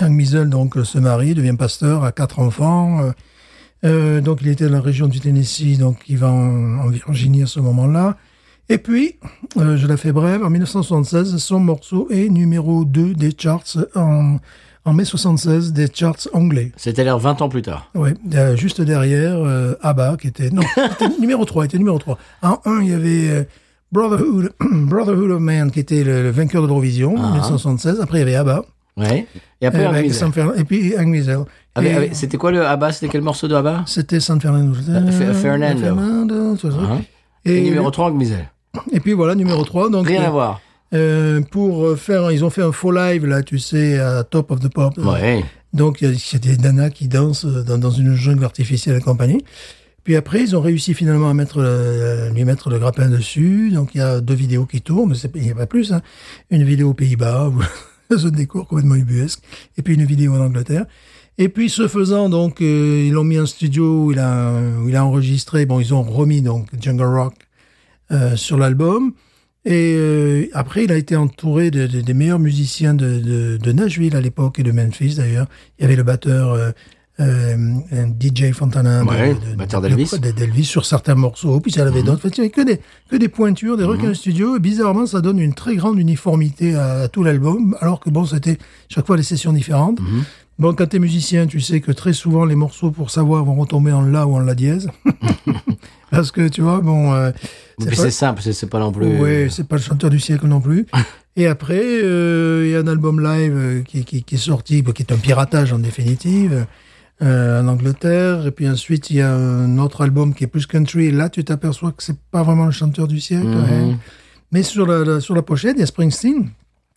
Speaker 2: Hank Mizel, donc, euh, se marie, devient pasteur, a quatre enfants. euh, euh, donc, il était dans la région du Tennessee, donc il va en, en Virginie à ce moment-là. Et puis, euh, je la fais brève, en 1976, son morceau est numéro 2 des charts en, en mai 76 des charts anglais.
Speaker 1: C'était l'air 20 ans plus tard.
Speaker 2: Ouais, euh, juste derrière euh, ABBA qui était non, c'était numéro 3, était numéro 3. En 1, il y avait euh, Brotherhood Brotherhood of Man qui était le, le vainqueur de l'Eurovision
Speaker 1: Ah.
Speaker 2: en 1976, après il y avait ABBA
Speaker 1: Ouais. Et après,
Speaker 2: euh,
Speaker 1: Hank
Speaker 2: avec
Speaker 1: Mizel. Ah,
Speaker 2: San Fer- et puis Hank Mizel.
Speaker 1: Avec-
Speaker 2: Et-
Speaker 1: avec- C'était quoi le Abba C'était quel morceau de Abba
Speaker 2: C'était San Fernando.
Speaker 1: Fe- Fernando.
Speaker 2: Fernando, tout ça.
Speaker 1: Hein
Speaker 2: Et,
Speaker 1: Et numéro 3, Hank Mizel.
Speaker 2: et puis voilà, numéro 3. Donc,
Speaker 1: Rien
Speaker 2: euh,
Speaker 1: à voir.
Speaker 2: euh, pour euh, faire, ils ont fait un faux live, là, tu sais, à Top of the Pop.
Speaker 1: Ouais.
Speaker 2: Donc, il y, a- il y a des nanas qui dansent euh, dans, dans une jungle artificielle et compagnie. Puis après, ils ont réussi finalement à mettre le- euh, lui mettre le grappin dessus. Donc, il y a deux vidéos qui tournent, mais c'est- il n'y a pas plus. hein. Une vidéo aux Pays-Bas, où ce décor complètement ubuesque, et puis une vidéo en Angleterre. Et puis, ce faisant, donc, euh, ils l'ont mis en studio où il, a, où il a enregistré. Bon, ils ont remis donc Jungle Rock euh, sur l'album. Et euh, après, il a été entouré de- de- des meilleurs musiciens de, de, de Nashville à l'époque et de Memphis d'ailleurs. Il y avait le batteur euh, euh, un DJ Fontana, de-
Speaker 1: Ouais,
Speaker 2: de, de-
Speaker 1: batteur
Speaker 2: de-
Speaker 1: d'Elvis. Mhm.
Speaker 2: de- d'Elvis sur certains morceaux. Puis il y en avait d'autres. Enfin, tu vois, que des que des pointures, des requins studio. Et bizarrement, ça donne une très grande uniformité à, à tout l'album, alors que bon, c'était chaque fois des sessions différentes.
Speaker 1: Mhm.
Speaker 2: Bon, quand t'es musicien, tu sais que très souvent les morceaux pour savoir vont retomber en la ou en la dièse, parce que tu vois, bon. euh,
Speaker 1: Et puis
Speaker 2: pas-
Speaker 1: C'est simple, c'est c'est pas non plus.
Speaker 2: Ouais, c'est pas le chanteur du siècle non plus. Et après, euh, il y a un album live euh, qui, qui, qui est sorti, bah, qui est un piratage en définitive, euh, en Angleterre. Et puis ensuite, il y a un autre album qui est plus country. Et là, tu t'aperçois que c'est pas vraiment le chanteur du siècle. ouais. Mais sur la, la- sur la pochette, il y a Springsteen,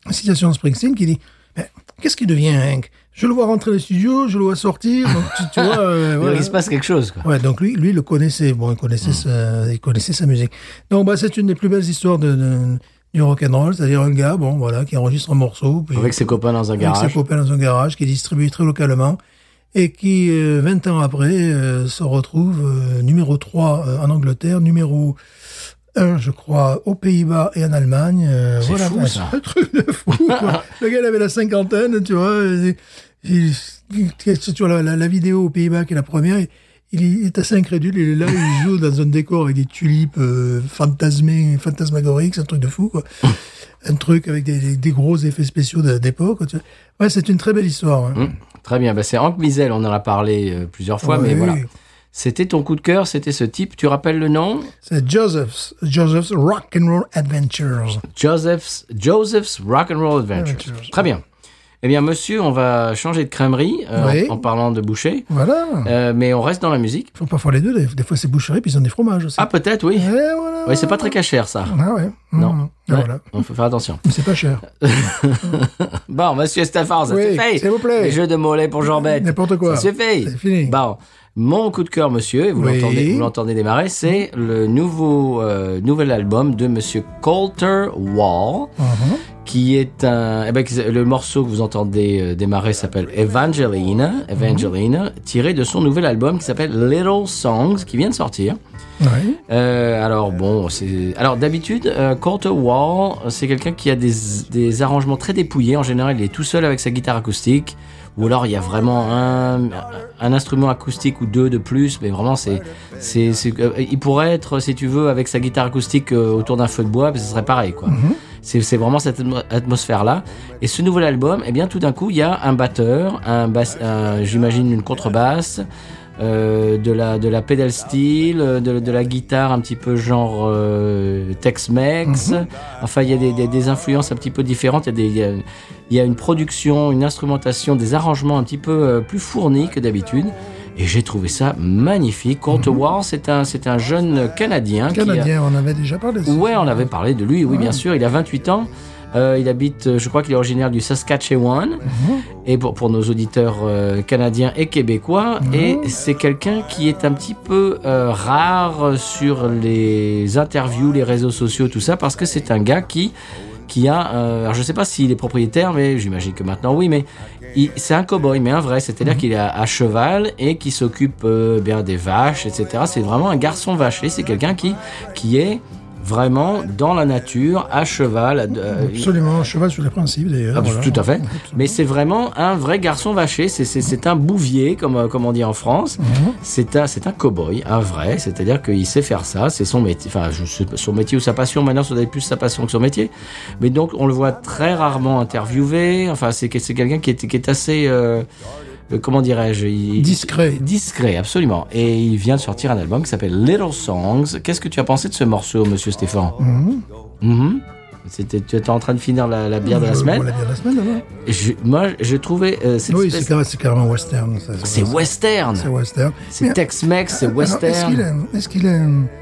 Speaker 2: une citation de Springsteen qui dit Mais Qu'est-ce qui devient Hank Je le vois rentrer dans le studio, je le vois sortir. Donc, tu, tu vois, euh,
Speaker 1: Il
Speaker 2: voilà.
Speaker 1: se passe quelque chose, quoi.
Speaker 2: Ouais, donc lui, lui le connaissait. Bon, il connaissait,
Speaker 1: Mm.
Speaker 2: sa, il connaissait sa musique. Donc, bah, c'est une des plus belles histoires de, de- du rock'n'roll, c'est-à-dire un gars, bon, voilà, qui enregistre un morceau, puis
Speaker 1: Avec ses copains dans un
Speaker 2: avec ses
Speaker 1: garage.
Speaker 2: copains dans un garage, qui distribue très localement, et qui, euh, 20 ans après, euh, se retrouve euh, numéro 3 euh, en Angleterre, numéro 1, je crois, aux Pays-Bas et en Allemagne. euh,
Speaker 1: C'est
Speaker 2: voilà,
Speaker 1: fou,
Speaker 2: bah,
Speaker 1: ça.
Speaker 2: c'est un truc de fou, quoi. Le gars, il avait la cinquantaine, tu vois. et- et- et- tu vois, la, la- la vidéo aux Pays-Bas, qui est la première, il, il est assez incrédule. Il est là, il joue dans un décor avec des tulipes euh, fantasmées, fantasmagoriques, c'est un truc de fou, quoi. un truc avec des, des- des gros effets spéciaux de- d'époque. tu vois. Ouais, c'est une très belle histoire. hein.
Speaker 1: Hum, Très bien. Bah, c'est Hank Mizel, on en a parlé euh, plusieurs fois,
Speaker 2: Ouais,
Speaker 1: mais voilà.
Speaker 2: oui.
Speaker 1: C'était ton coup de cœur, c'était ce type. Tu rappelles le nom
Speaker 2: C'est Joseph's, Joseph's Rock and Roll Adventures.
Speaker 1: Joseph's, Joseph's Rock and Roll Adventures.
Speaker 2: Adventures.
Speaker 1: Très bien. Eh bien, monsieur, on va changer de crèmerie euh,
Speaker 2: Oui.
Speaker 1: en, en parlant de boucher,
Speaker 2: Voilà.
Speaker 1: Euh, mais on reste dans la musique.
Speaker 2: Faut parfois les deux. Des, des fois, c'est boucherie, puis ils ont des fromages aussi.
Speaker 1: Ah, peut-être, oui.
Speaker 2: Eh, voilà.
Speaker 1: Oui, c'est pas très cachère, ça.
Speaker 2: Ah ouais.
Speaker 1: Non.
Speaker 2: Mmh. Ah,
Speaker 1: Ouais,
Speaker 2: Voilà.
Speaker 1: On faut faire attention.
Speaker 2: Mais C'est pas cher.
Speaker 1: Bon, monsieur Stafford, ça
Speaker 2: Oui,
Speaker 1: se fait.
Speaker 2: s'il vous plaît.
Speaker 1: Les jeux de mollets pour Jean-Bête.
Speaker 2: N'importe quoi.
Speaker 1: Ça se fait.
Speaker 2: C'est fini.
Speaker 1: Bon, mon coup de cœur, monsieur, et vous
Speaker 2: Oui.
Speaker 1: l'entendez, vous l'entendez démarrer, c'est le nouveau, euh, nouvel album de monsieur Coulter Wall.
Speaker 2: Mhm.
Speaker 1: qui est un. eh ben, qui- le morceau que vous entendez euh, démarrer s'appelle
Speaker 2: Uh-huh.
Speaker 1: Evangelina, Evangelina, tiré de son nouvel album qui s'appelle Little Songs, qui vient de sortir.
Speaker 2: Ouais.
Speaker 1: Euh, alors bon, c'est alors d'habitude, euh, Kurt Wall, c'est quelqu'un qui a des, des arrangements très dépouillés. En général, il est tout seul avec sa guitare acoustique, ou alors il y a vraiment un, un instrument acoustique ou deux de plus. Mais vraiment, c'est c'est c'est- euh, il pourrait être, si tu veux, avec sa guitare acoustique euh, autour d'un feu de bois, mais ce serait pareil quoi. C'est c'est vraiment cette atmosphère là. Et ce nouvel album, eh bien tout d'un coup, il y a un batteur, un, basse- un- j'imagine une contrebasse, euh, de la de la pedal steel, euh, de, de la guitare un petit peu genre euh, Tex-Mex. Enfin, il y a des, des, des influences un petit peu différentes. Il y a des- il y, a, il y a une production, une instrumentation, des arrangements un petit peu euh, plus fournis que d'habitude. Et j'ai trouvé ça magnifique. Kurt Wall, c'est un c'est un jeune Canadien. qui a-
Speaker 2: Canadien, on avait déjà parlé. de ça.
Speaker 1: Ouais, on avait parlé de lui, oui, bien sûr. Il a 28 ans. Euh, il habite, euh, je crois qu'il est originaire du Saskatchewan. Et pour, pour nos auditeurs euh, canadiens et québécois, et c'est quelqu'un qui est un petit peu euh, rare sur les interviews, les réseaux sociaux, tout ça, parce que c'est un gars qui qui a, euh, alors je sais pas s'il est propriétaire, mais j'imagine que maintenant oui, mais il- c'est un cow-boy, mais un vrai, c'est-à-dire qu'il est à, à cheval et qui s'occupe euh, bien des vaches, etc. C'est vraiment un garçon vaché, c'est quelqu'un qui qui est vraiment dans la nature, à cheval. euh,
Speaker 2: Absolument, cheval sur les principes d'ailleurs.
Speaker 1: ah,
Speaker 2: voilà.
Speaker 1: Tout à fait.
Speaker 2: Absolument.
Speaker 1: Mais c'est vraiment un vrai garçon vaché. C'est- C'est c'est un bouvier, comme, euh, comme on dit en France. C'est un, c'est un cow-boy, un vrai. C'est-à-dire qu'il sait faire ça. C'est son métier. Enfin, je sais pas, son métier ou sa passion. Maintenant, ça doit être plus sa passion que son métier. Mais donc, on le voit très rarement interviewé. Enfin, c'est que- c'est quelqu'un qui est, qui est assez. euh, euh, comment dirais-je il-
Speaker 2: Discret.
Speaker 1: Discret, absolument. Et il vient de sortir un album qui s'appelle Little Songs. Qu'est-ce que tu as pensé de ce morceau, monsieur Stéphane
Speaker 2: Oh. Hmm.
Speaker 1: Mhm. C'était, tu étais en train de finir la, la bière de la
Speaker 2: Euh,
Speaker 1: semaine.
Speaker 2: voilà, bière de la semaine, d'abord.
Speaker 1: Je- moi, je trouvais euh, cette
Speaker 2: Oui, c'est
Speaker 1: espèce-
Speaker 2: carré- c'est carrément western. ça,
Speaker 1: c'est western.
Speaker 2: C'est western.
Speaker 1: C'est
Speaker 2: Mais, euh,
Speaker 1: Tex-Mex, c'est
Speaker 2: alors, Est-ce qu'il
Speaker 1: western.
Speaker 2: a, est-ce qu'il a-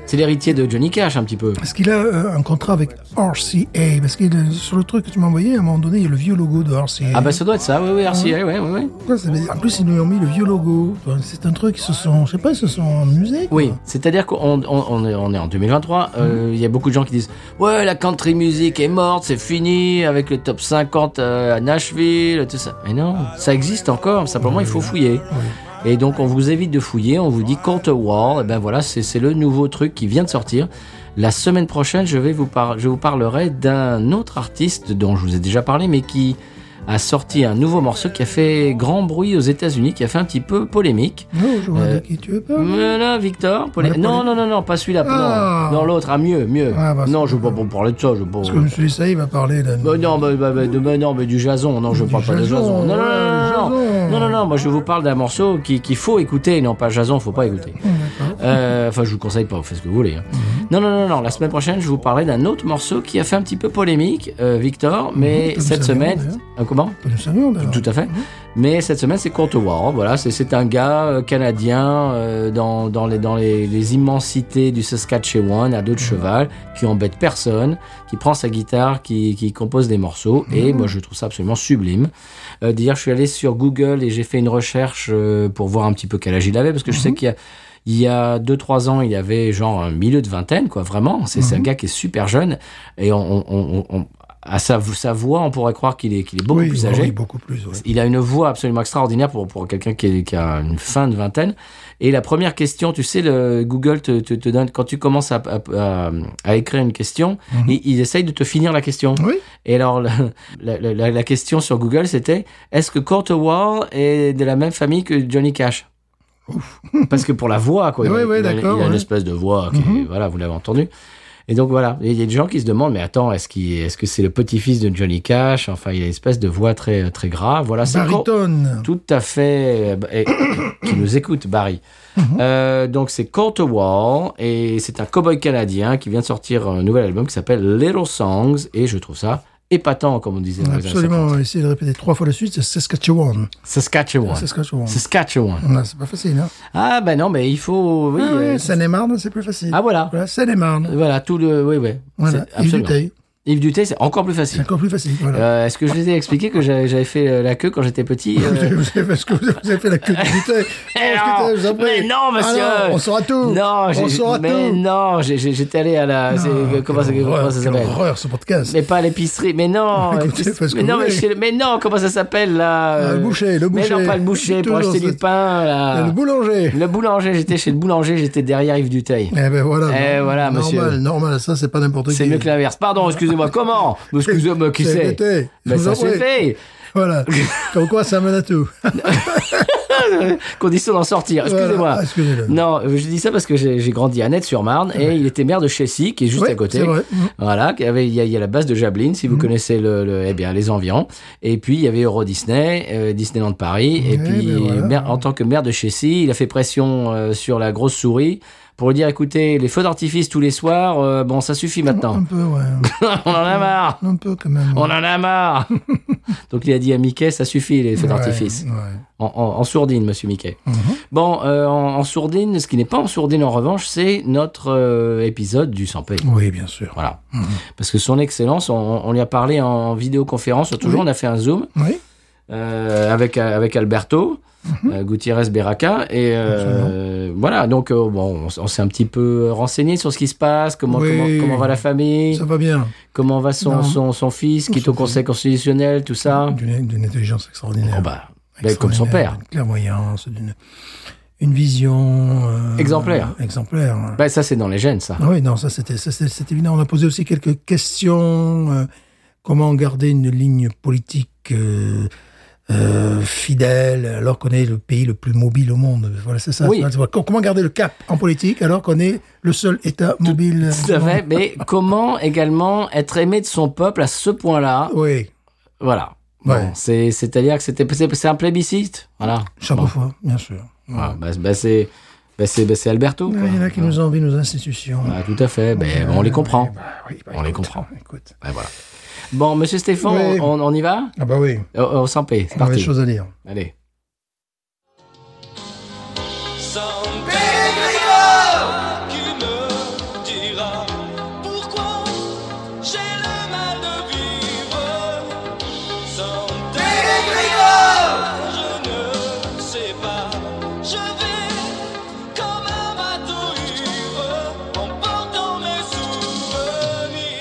Speaker 1: C'est l'héritier de Johnny Cash un petit peu.
Speaker 2: Est-ce qu'il a euh, un contrat avec RCA Parce que euh, sur le truc que tu m'as envoyé, à un moment donné, il y a le vieux logo de RCA.
Speaker 1: Ah bah ça doit être ça, oui oui, RCA, oui oui oui.
Speaker 2: Pourquoi ça veut dire En plus, ils lui ont mis le vieux logo. Enfin, C'est un truc, ils se sont, je sais pas, ils se sont amusés. quoi.
Speaker 1: Oui, c'est-à-dire qu'on on, on est, on est en 2023, euh, il y a beaucoup de gens qui disent "Ouais, la country music est morte, c'est fini avec le top 50 euh, à Nashville, tout ça." Mais non, ça existe encore, simplement il faut fouiller. Et donc on vous évite de fouiller, on vous dit Counter Wall, et ben voilà, c'est c'est le nouveau truc qui vient de sortir. La semaine prochaine, je vais vous par- je vous parlerai d'un autre artiste dont je vous ai déjà parlé mais qui a sorti un nouveau morceau qui a fait grand bruit aux États-Unis, qui a fait un petit peu polémique.
Speaker 2: Non, je vois
Speaker 1: Euh,
Speaker 2: de qui tu veux pas.
Speaker 1: Euh, là, Victor Paul-
Speaker 2: Ouais, Paul-
Speaker 1: Non, non, non, non, pas celui-là.
Speaker 2: Ah.
Speaker 1: Non, non l'autre, ah, mieux, mieux.
Speaker 2: Ah, bah,
Speaker 1: non,
Speaker 2: c'est-
Speaker 1: je veux pas pour parler de ça. Je veux pas...
Speaker 2: Parce que monsieur ça, il va parler de.
Speaker 1: Bah, non, bah, bah, bah, de- bah, non, mais du Jason. Non, je
Speaker 2: Du
Speaker 1: parle pas de
Speaker 2: Jason,
Speaker 1: Jason. Non, non, non, non,
Speaker 2: ouais,
Speaker 1: non.
Speaker 2: Jason.
Speaker 1: Non, non, non, moi je vous parle d'un morceau qui- qu'il faut écouter. Non, pas Jason, faut pas écouter. Euh, Enfin, je vous conseille pas, vous faites ce que vous voulez. hein.
Speaker 2: Mhm.
Speaker 1: Non, non, non, non, la semaine prochaine, je vous parlerai d'un autre morceau qui a fait un petit peu polémique, euh, Victor, mais
Speaker 2: Mhm, comme
Speaker 1: cette
Speaker 2: ça,
Speaker 1: semaine.
Speaker 2: d'ailleurs.
Speaker 1: Ah, comment
Speaker 2: Que Nous savions d'ailleurs.
Speaker 1: tout à fait. Mais cette semaine, c'est Kurt Warren. Voilà, c'est- c'est un gars euh, canadien euh, dans, dans, les, dans les, les immensités du Saskatchewan à dos de
Speaker 2: Mhm.
Speaker 1: cheval, qui embête personne, qui prend sa guitare, qui, qui compose des morceaux.
Speaker 2: Mhm.
Speaker 1: Et moi, je trouve ça absolument sublime. Euh, D'ailleurs, je suis allé sur Google et j'ai fait une recherche euh, pour voir un petit peu quel âge il avait, parce que je
Speaker 2: Mhm.
Speaker 1: sais qu'il y a. Il y a 2-3 ans, il avait genre un milieu de vingtaine, quoi, vraiment. C'est
Speaker 2: Mhm.
Speaker 1: c'est un gars qui est super jeune. Et on, on- on- on- à sa, sa voix, on pourrait croire qu'il est, qu'il est beaucoup
Speaker 2: oui,
Speaker 1: plus
Speaker 2: oui,
Speaker 1: âgé.
Speaker 2: oui, beaucoup plus. ouais.
Speaker 1: Il a une voix absolument extraordinaire pour, pour quelqu'un qui, est- qui a une fin de vingtaine. Et la première question, tu sais, le Google te, te, te donne, quand tu commences à, à- à- à écrire une question,
Speaker 2: Mhm.
Speaker 1: il, il essaye de te finir la question.
Speaker 2: Oui.
Speaker 1: Et alors, la, la- la- la question sur Google, c'était est-ce que Kurt Wall est de la même famille que Johnny Cash Parce que pour la voix, quoi. il a-
Speaker 2: Ouais, ouais,
Speaker 1: il a,
Speaker 2: d'accord,
Speaker 1: il a une
Speaker 2: ouais. Mm-hmm.
Speaker 1: espèce de voix, qui, voilà, vous l'avez entendu. Et donc voilà, Et il y a des gens qui se demandent, mais attends, est-ce qu'il- est-ce que c'est le petit-fils de Johnny Cash Enfin, il a une espèce de voix très, très grave. Voilà, c'est Kurt-
Speaker 2: Baritone.
Speaker 1: tout à fait. euh, et- qui nous écoute, Barry.
Speaker 2: Mhm.
Speaker 1: Euh, donc, c'est Kurt Wall et c'est un cowboy canadien qui vient de sortir un nouvel album qui s'appelle Little Songs et je trouve ça épatant, comme on disait dans les années
Speaker 2: Absolument,
Speaker 1: 50.
Speaker 2: on va essayer de répéter trois fois de suite, c'est Saskatchewan.
Speaker 1: Saskatchewan.
Speaker 2: Saskatchewan.
Speaker 1: Saskatchewan.
Speaker 2: Non, C'est pas facile, hein.
Speaker 1: Ah, ben non, mais il faut. Oui,
Speaker 2: Ah
Speaker 1: euh,
Speaker 2: ouais, Seine-et-Marne, c'est plus facile.
Speaker 1: ah, voilà.
Speaker 2: Voilà, Seine-et-Marne.
Speaker 1: Voilà, tout le. Oui, oui.
Speaker 2: Voilà,
Speaker 1: C'est-
Speaker 2: et du
Speaker 1: absolument.
Speaker 2: thé.
Speaker 1: Yves Duté, c'est encore plus
Speaker 2: C'est
Speaker 1: facile.
Speaker 2: encore plus facile. Voilà.
Speaker 1: Euh, Est-ce que je vous ai expliqué que j'avais j'avais fait euh, la queue quand j'étais petit
Speaker 2: Vous
Speaker 1: euh,
Speaker 2: avez- vous avez- Parce que vous avez fait la queue de bouteille. Oh,
Speaker 1: Eh non, mais non, monsieur.
Speaker 2: Ah on saura tout.
Speaker 1: Non,
Speaker 2: on
Speaker 1: j'ai-
Speaker 2: saura
Speaker 1: mais
Speaker 2: tout.
Speaker 1: non, j'ai- j'ai- j'étais allé à la. c'est-
Speaker 2: Ah,
Speaker 1: comment ça,
Speaker 2: quelle
Speaker 1: comment
Speaker 2: horreur,
Speaker 1: ça
Speaker 2: Quelle
Speaker 1: s'appelle
Speaker 2: horreur ce podcast.
Speaker 1: Mais pas à l'épicerie. Mais non.
Speaker 2: Écoutez,
Speaker 1: euh,
Speaker 2: parce que
Speaker 1: mais, non
Speaker 2: vous
Speaker 1: mais,
Speaker 2: voulez.
Speaker 1: chez- mais non, comment ça s'appelle là
Speaker 2: Ah,
Speaker 1: euh,
Speaker 2: le boucher, le
Speaker 1: Mais
Speaker 2: boucher.
Speaker 1: non, pas le boucher pour
Speaker 2: Toujours
Speaker 1: acheter du
Speaker 2: cette-
Speaker 1: pain là.
Speaker 2: Le boulanger.
Speaker 1: Le boulanger, j'étais chez le boulanger, j'étais derrière Yves Duteil.
Speaker 2: Eh ben voilà.
Speaker 1: Eh,
Speaker 2: non-
Speaker 1: voilà,
Speaker 2: normal,
Speaker 1: monsieur.
Speaker 2: Normal, ça c'est pas n'importe qui.
Speaker 1: C'est mieux que l'inverse. Pardon, excusez-moi. Comment Excusez-moi, qui
Speaker 2: C'est
Speaker 1: c'est
Speaker 2: pété. Je
Speaker 1: Mais
Speaker 2: vous en
Speaker 1: ça se
Speaker 2: prie.
Speaker 1: fait.
Speaker 2: Voilà. Comme quoi, ça mène à tout.
Speaker 1: Condition d'en sortir. Excusez-moi.
Speaker 2: Voilà, Ah, excusez-le.
Speaker 1: Non, euh, je dis ça parce que j'ai j'ai grandi à Nette-sur-Marne et il était maire de Chessy, qui est juste
Speaker 2: Oui,
Speaker 1: à côté.
Speaker 2: c'est vrai. Mhm.
Speaker 1: Voilà, qui avait- il y, a- il y a la base de Jablin, si vous connaissez le, le- eh bien, les environs. Et puis, il y avait Euro Disney, euh, Disneyland Paris.
Speaker 2: Eh
Speaker 1: Et puis,
Speaker 2: ben voilà.
Speaker 1: maire- en tant que maire de Chessy, il a fait pression euh, sur la grosse souris pour lui dire, écoutez, les feux d'artifice tous les soirs, euh, bon, ça suffit maintenant.
Speaker 2: Un peu, ouais.
Speaker 1: On en a marre
Speaker 2: Un peu quand même.
Speaker 1: On en a marre Donc, il a dit à Mickey, ça suffit, les feux
Speaker 2: Ouais,
Speaker 1: d'artifice.
Speaker 2: ouais. Mhm.
Speaker 1: En, en- en sourdine, monsieur Mickey. Bon, euh, en, en sourdine, ce qui n'est pas en sourdine en revanche, c'est notre euh, épisode du sans pays.
Speaker 2: Oui, bien sûr.
Speaker 1: Voilà. Parce que son excellence, on, on lui a parlé en vidéoconférence, toujours, on a fait un zoom
Speaker 2: Oui.
Speaker 1: euh, avec, avec Alberto.
Speaker 2: Mmh,
Speaker 1: euh, Gutiérrez Berraca et euh, voilà donc euh, bon on, s- on s'est un petit peu renseigné sur ce qui se passe comment
Speaker 2: Oui.
Speaker 1: comment, comment va la famille
Speaker 2: Ça va bien.
Speaker 1: comment va son,
Speaker 2: Non.
Speaker 1: son son fils qui est au
Speaker 2: Son fils.
Speaker 1: Conseil constitutionnel tout ça
Speaker 2: D'une d'une intelligence extraordinaire.
Speaker 1: Oh bah, ben, comme son
Speaker 2: Extraordinaire,
Speaker 1: père
Speaker 2: D'une clairvoyance, d'une une vision. euh,
Speaker 1: Exemplaire.
Speaker 2: exemplaire. hein.
Speaker 1: ben, ça c'est dans les gènes ça
Speaker 2: Ah oui, non, ça c'était ça, c'est- c'est évident. On a posé aussi quelques questions. euh, comment garder une ligne politique euh, euh, fidèle alors qu'on est le pays le plus mobile au monde Voilà, c'est ça.
Speaker 1: Oui.
Speaker 2: Tu vois, co- Comment garder le cap en politique alors qu'on est le seul État mobile
Speaker 1: Tout à
Speaker 2: au
Speaker 1: fait,
Speaker 2: monde
Speaker 1: mais comment également être aimé de son peuple à ce point-là
Speaker 2: Oui,
Speaker 1: Voilà. Bon,
Speaker 2: Ouais.
Speaker 1: c'est- C'est-à-dire que c'était c'est c'est un plébiscite. Voilà.
Speaker 2: chaque
Speaker 1: Bon.
Speaker 2: fois, bien sûr.
Speaker 1: Voilà. Bah, bah, c'est bah, c'est- bah, c'est Alberto.
Speaker 2: Il
Speaker 1: quoi.
Speaker 2: y en a qui nous envient nos institutions.
Speaker 1: Ah, tout à fait. Ben, on les comprend.
Speaker 2: Eh ben, oui, bah,
Speaker 1: On les comprend.
Speaker 2: Écoute.
Speaker 1: Ben, voilà. Bon, monsieur Stéphane,
Speaker 2: Oui.
Speaker 1: on, on y va
Speaker 2: Ah bah oui,
Speaker 1: Au- au sans paix, c'est
Speaker 2: il y avait des
Speaker 1: parti.
Speaker 2: choses à dire.
Speaker 1: Allez.
Speaker 3: Sans pègre, qui me dira pourquoi j'ai le mal de vivre Sans pègre, je ne sais pas, je vais comme un bateau ivre en portant mes souvenirs.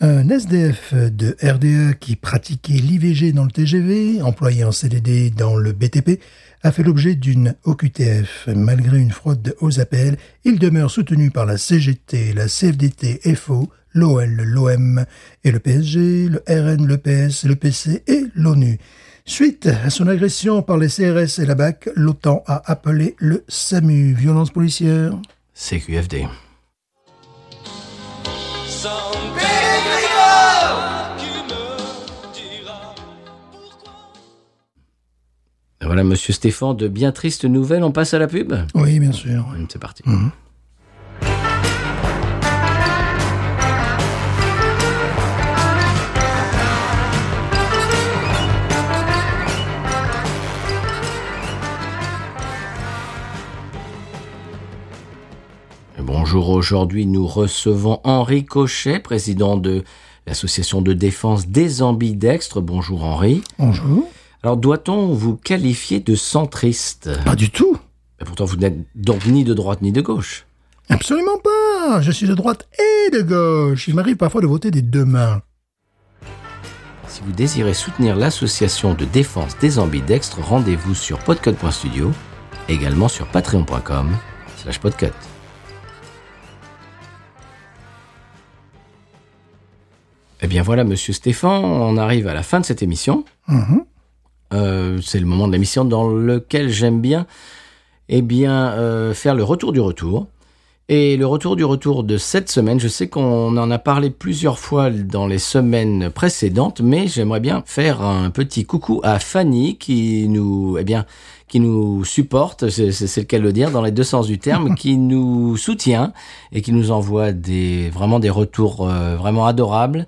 Speaker 2: Un SDF de RDE qui pratiquait l'IVG dans le TGV, employé en CDD dans le BTP, a fait l'objet d'une OQTF. Malgré une fraude aux appels, il demeure soutenu par la CGT, la CFDT, FO, l'OL, l'OM et le PSG, le RN, le PS, le PC et l'ONU. Suite à son agression par les CRS et la BAC, l'OTAN a appelé le SAMU, violence policière.
Speaker 1: CQFD.
Speaker 3: Sans pègre, qui me dira pourquoi
Speaker 1: Voilà, monsieur Stéphane, de bien tristes nouvelles. On passe à la pub
Speaker 2: Oui, bien sûr.
Speaker 1: C'est parti. Et Bonjour, aujourd'hui nous recevons Henri Cochet, président de l'association de défense des ambidextres. Bonjour Henri.
Speaker 2: Bonjour.
Speaker 1: Alors doit-on vous qualifier de centriste
Speaker 2: Pas du tout.
Speaker 1: Mais Pourtant vous n'êtes donc ni de droite ni de gauche.
Speaker 2: Absolument pas Je suis de droite et de gauche. Il m'arrive parfois de voter des deux mains.
Speaker 1: Si vous désirez soutenir l'association de défense des ambidextres, rendez-vous sur podcut.studio, également sur patreon.com slash podcut. Eh bien voilà, monsieur Stéphane, on arrive à la fin de cette émission.
Speaker 2: Mhm.
Speaker 1: Euh, C'est le moment de l'émission dans lequel j'aime bien eh bien, euh, faire le retour du retour. Et le retour du retour de cette semaine, je sais qu'on en a parlé plusieurs fois dans les semaines précédentes, mais j'aimerais bien faire un petit coucou à Fanny qui nous, eh bien, qui nous supporte, c'est c'est- c'est le cas de le dire, dans les deux sens du terme, qui nous soutient et qui nous envoie des, vraiment des retours euh, vraiment adorables.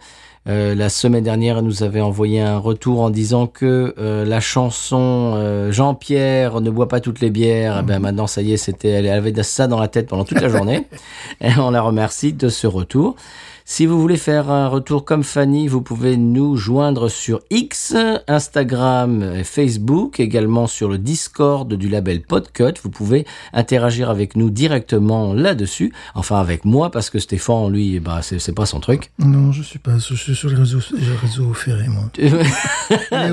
Speaker 1: Euh, la semaine dernière, elle nous avait envoyé un retour en disant que euh, la chanson euh, Jean-Pierre ne boit pas toutes les bières, eh ben maintenant ça y est, c'était, elle avait ça dans la tête pendant toute la journée. Et on la remercie de ce retour. Si vous voulez faire un retour comme Fanny, vous pouvez nous joindre sur X, Instagram, et Facebook, également sur le Discord du label Podcut. Vous pouvez interagir avec nous directement là-dessus. Enfin, avec moi, parce que Stéphane, lui, bah, c'est c'est pas son truc.
Speaker 2: Non, je suis pas. Je suis sur le réseau, le réseau ferré, moi.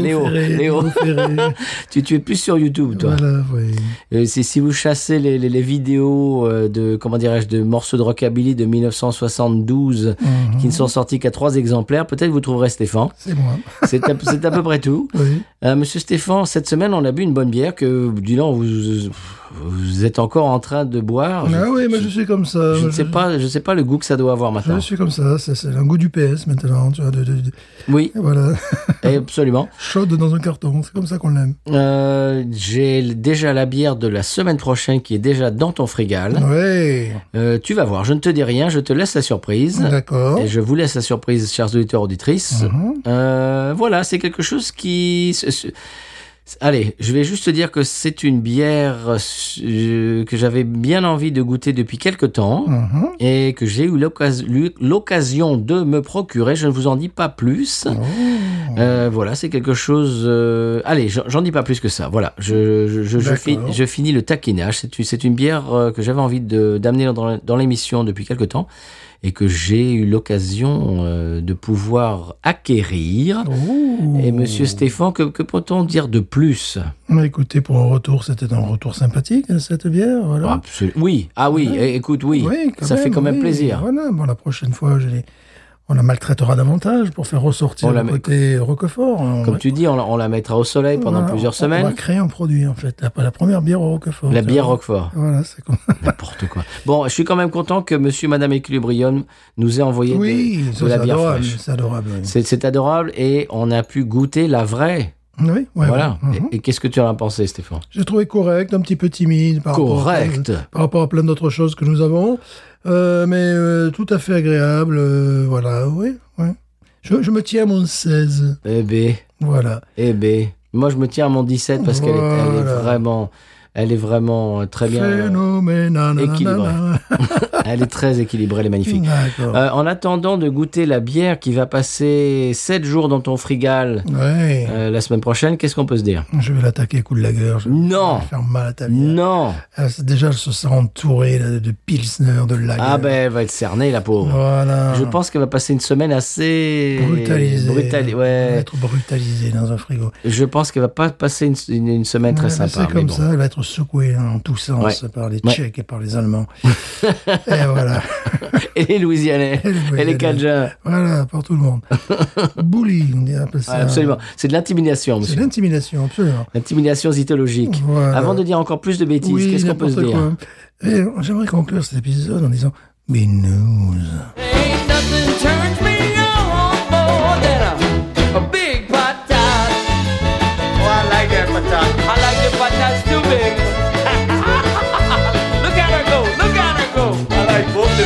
Speaker 1: Léo,
Speaker 2: Ferré,
Speaker 1: Léo.
Speaker 2: Ferré.
Speaker 1: Tu, tu es plus sur YouTube, toi.
Speaker 2: voilà, oui.
Speaker 1: Euh, c'est- si vous chassez les, les- les vidéos euh, de, comment dirais-je, de morceaux de rockabilly de 1972 qui ne sont sortis qu'à trois exemplaires, peut-être vous trouverez Stéphane.
Speaker 2: Mhm. C'est moi.
Speaker 1: C'est à, c'est à peu près tout.
Speaker 2: Oui.
Speaker 1: Euh, Monsieur Stéphane, cette semaine, on a bu une bonne bière que, dis donc, vous, vous êtes encore en train de boire.
Speaker 2: Ah oui, mais je suis comme ça.
Speaker 1: Je ne sais
Speaker 2: Je-
Speaker 1: pas, je sais pas le goût que ça doit avoir
Speaker 2: Je
Speaker 1: maintenant.
Speaker 2: suis comme ça, c'est c'est un goût du PS maintenant, tu vois, de- de- de-
Speaker 1: Oui,
Speaker 2: voilà,
Speaker 1: et absolument.
Speaker 2: chaude dans un carton, c'est comme ça qu'on l'aime.
Speaker 1: Euh, J'ai déjà la bière de la semaine prochaine qui est déjà dans ton frigal.
Speaker 2: Ouais,
Speaker 1: Euh, tu vas voir, je ne te dis rien, je te laisse la surprise.
Speaker 2: d'accord.
Speaker 1: Et je vous laisse la surprise, chers auditeurs, auditrices.
Speaker 2: Oh. Mhm.
Speaker 1: Euh, voilà, c'est quelque chose qui... se- se- Allez, je vais juste te dire que c'est une bière euh, que j'avais bien envie de goûter depuis quelque temps
Speaker 2: Mhm.
Speaker 1: et que j'ai eu l'occas- l'u- l'occasion de me procurer. Je ne vous en dis pas plus.
Speaker 2: mhm.
Speaker 1: Euh, voilà, c'est quelque chose... euh, Allez, j'en j'en dis pas plus que ça. Voilà, je, je, je, je fi-
Speaker 2: D'accord.
Speaker 1: je finis le taquinage. C'est une- C'est une bière euh, que j'avais envie de- d'amener dans, dans l'émission depuis quelque temps et que j'ai eu l'occasion euh, de pouvoir acquérir.
Speaker 2: Oh.
Speaker 1: Et monsieur Stéphane, que, que peut-on dire de plus
Speaker 2: Mais Écoutez, pour un retour, c'était un retour sympathique, hein, cette bière, voilà.
Speaker 1: Absolu- Oui, ah oui,
Speaker 2: Ouais.
Speaker 1: eh, écoute, oui,
Speaker 2: Oui, quand
Speaker 1: ça fait quand même
Speaker 2: oui,
Speaker 1: plaisir.
Speaker 2: Voilà, bon, la prochaine fois, je les- on la maltraitera davantage pour faire ressortir
Speaker 1: On la
Speaker 2: le
Speaker 1: met-
Speaker 2: côté Roquefort. On-
Speaker 1: Comme tu dis, on, la- on la mettra au soleil pendant
Speaker 2: voilà,
Speaker 1: plusieurs
Speaker 2: on- On va
Speaker 1: semaines.
Speaker 2: créer un produit, en fait, la, la première bière au Roquefort.
Speaker 1: La
Speaker 2: tu
Speaker 1: bière
Speaker 2: vois.
Speaker 1: Roquefort,
Speaker 2: Voilà, c'est comme
Speaker 1: n'importe quoi. Bon, je suis quand même content que monsieur, madame Equilibrium nous ait envoyé de-
Speaker 2: Oui,
Speaker 1: de,
Speaker 2: ça, c'est
Speaker 1: la bière
Speaker 2: adorable,
Speaker 1: fraîche.
Speaker 2: c'est adorable. oui.
Speaker 1: C'est c'est adorable et on a pu goûter la vraie.
Speaker 2: Oui, ouais,
Speaker 1: voilà.
Speaker 2: ouais. Mhm.
Speaker 1: Et, et qu'est-ce que tu en as pensé, Stéphane
Speaker 2: J'ai trouvé correct, un petit peu timide par,
Speaker 1: Correct.
Speaker 2: Rapport, à, par rapport à plein d'autres choses que nous avons, Euh, mais euh, tout à fait agréable, euh, voilà, oui, oui. Je, je me tiens à mon 16,
Speaker 1: Eh ben,
Speaker 2: voilà.
Speaker 1: Eh ben, moi je me tiens à mon 17 parce qu'elle est, elle est
Speaker 2: Voilà.
Speaker 1: vraiment, elle est vraiment euh, très bien, euh,
Speaker 2: Phénoménal.
Speaker 1: équilibré. elle est très équilibrée, elle est magnifique.
Speaker 2: D'accord.
Speaker 1: Euh, en attendant de goûter la bière qui va passer 7 jours dans ton frigal
Speaker 2: Ouais,
Speaker 1: euh, la semaine prochaine, qu'est-ce qu'on peut se dire
Speaker 2: je vais l'attaquer coup de la gueule. Je
Speaker 1: Non.
Speaker 2: Je vais faire mal à ta bière.
Speaker 1: Non
Speaker 2: Ah, c'est- Déjà, elle se sent entourée là, de Pilsner, de lager.
Speaker 1: Ah ben, elle va être cernée la pauvre.
Speaker 2: Voilà.
Speaker 1: Je pense qu'elle va passer une semaine assez...
Speaker 2: Brutalisée.
Speaker 1: brutali-
Speaker 2: Elle va
Speaker 1: ouais.
Speaker 2: être brutalisée dans un frigo.
Speaker 1: Je pense qu'elle va pas passer une, une- une semaine très
Speaker 2: Ouais,
Speaker 1: sympa.
Speaker 2: C'est
Speaker 1: mais
Speaker 2: comme
Speaker 1: bon.
Speaker 2: ça, elle va être secouée hein, en tous sens par les
Speaker 1: Ouais.
Speaker 2: Tchèques et par les Allemands. et voilà.
Speaker 1: Et les Louisianais,
Speaker 2: Et les
Speaker 1: et les
Speaker 2: Louisianais.
Speaker 1: Cajuns.
Speaker 2: Voilà, par tout le monde. Bully, on dirait appelle ça.
Speaker 1: Ouais, absolument. C'est de l'intimidation,
Speaker 2: C'est
Speaker 1: monsieur.
Speaker 2: l'intimidation, absolument.
Speaker 1: L'intimidation zytologique.
Speaker 2: Voilà.
Speaker 1: Avant de dire encore plus de bêtises,
Speaker 2: Oui,
Speaker 1: qu'est-ce qu'on peut se
Speaker 2: n'importe
Speaker 1: dire
Speaker 2: quoi. Et J'aimerais conclure cet épisode en disant Big News.
Speaker 3: Ain't nothing turns me on more than a, a big patat. Oh, I like that patat. I like the patats too big. look at her go, look at her go. I like both the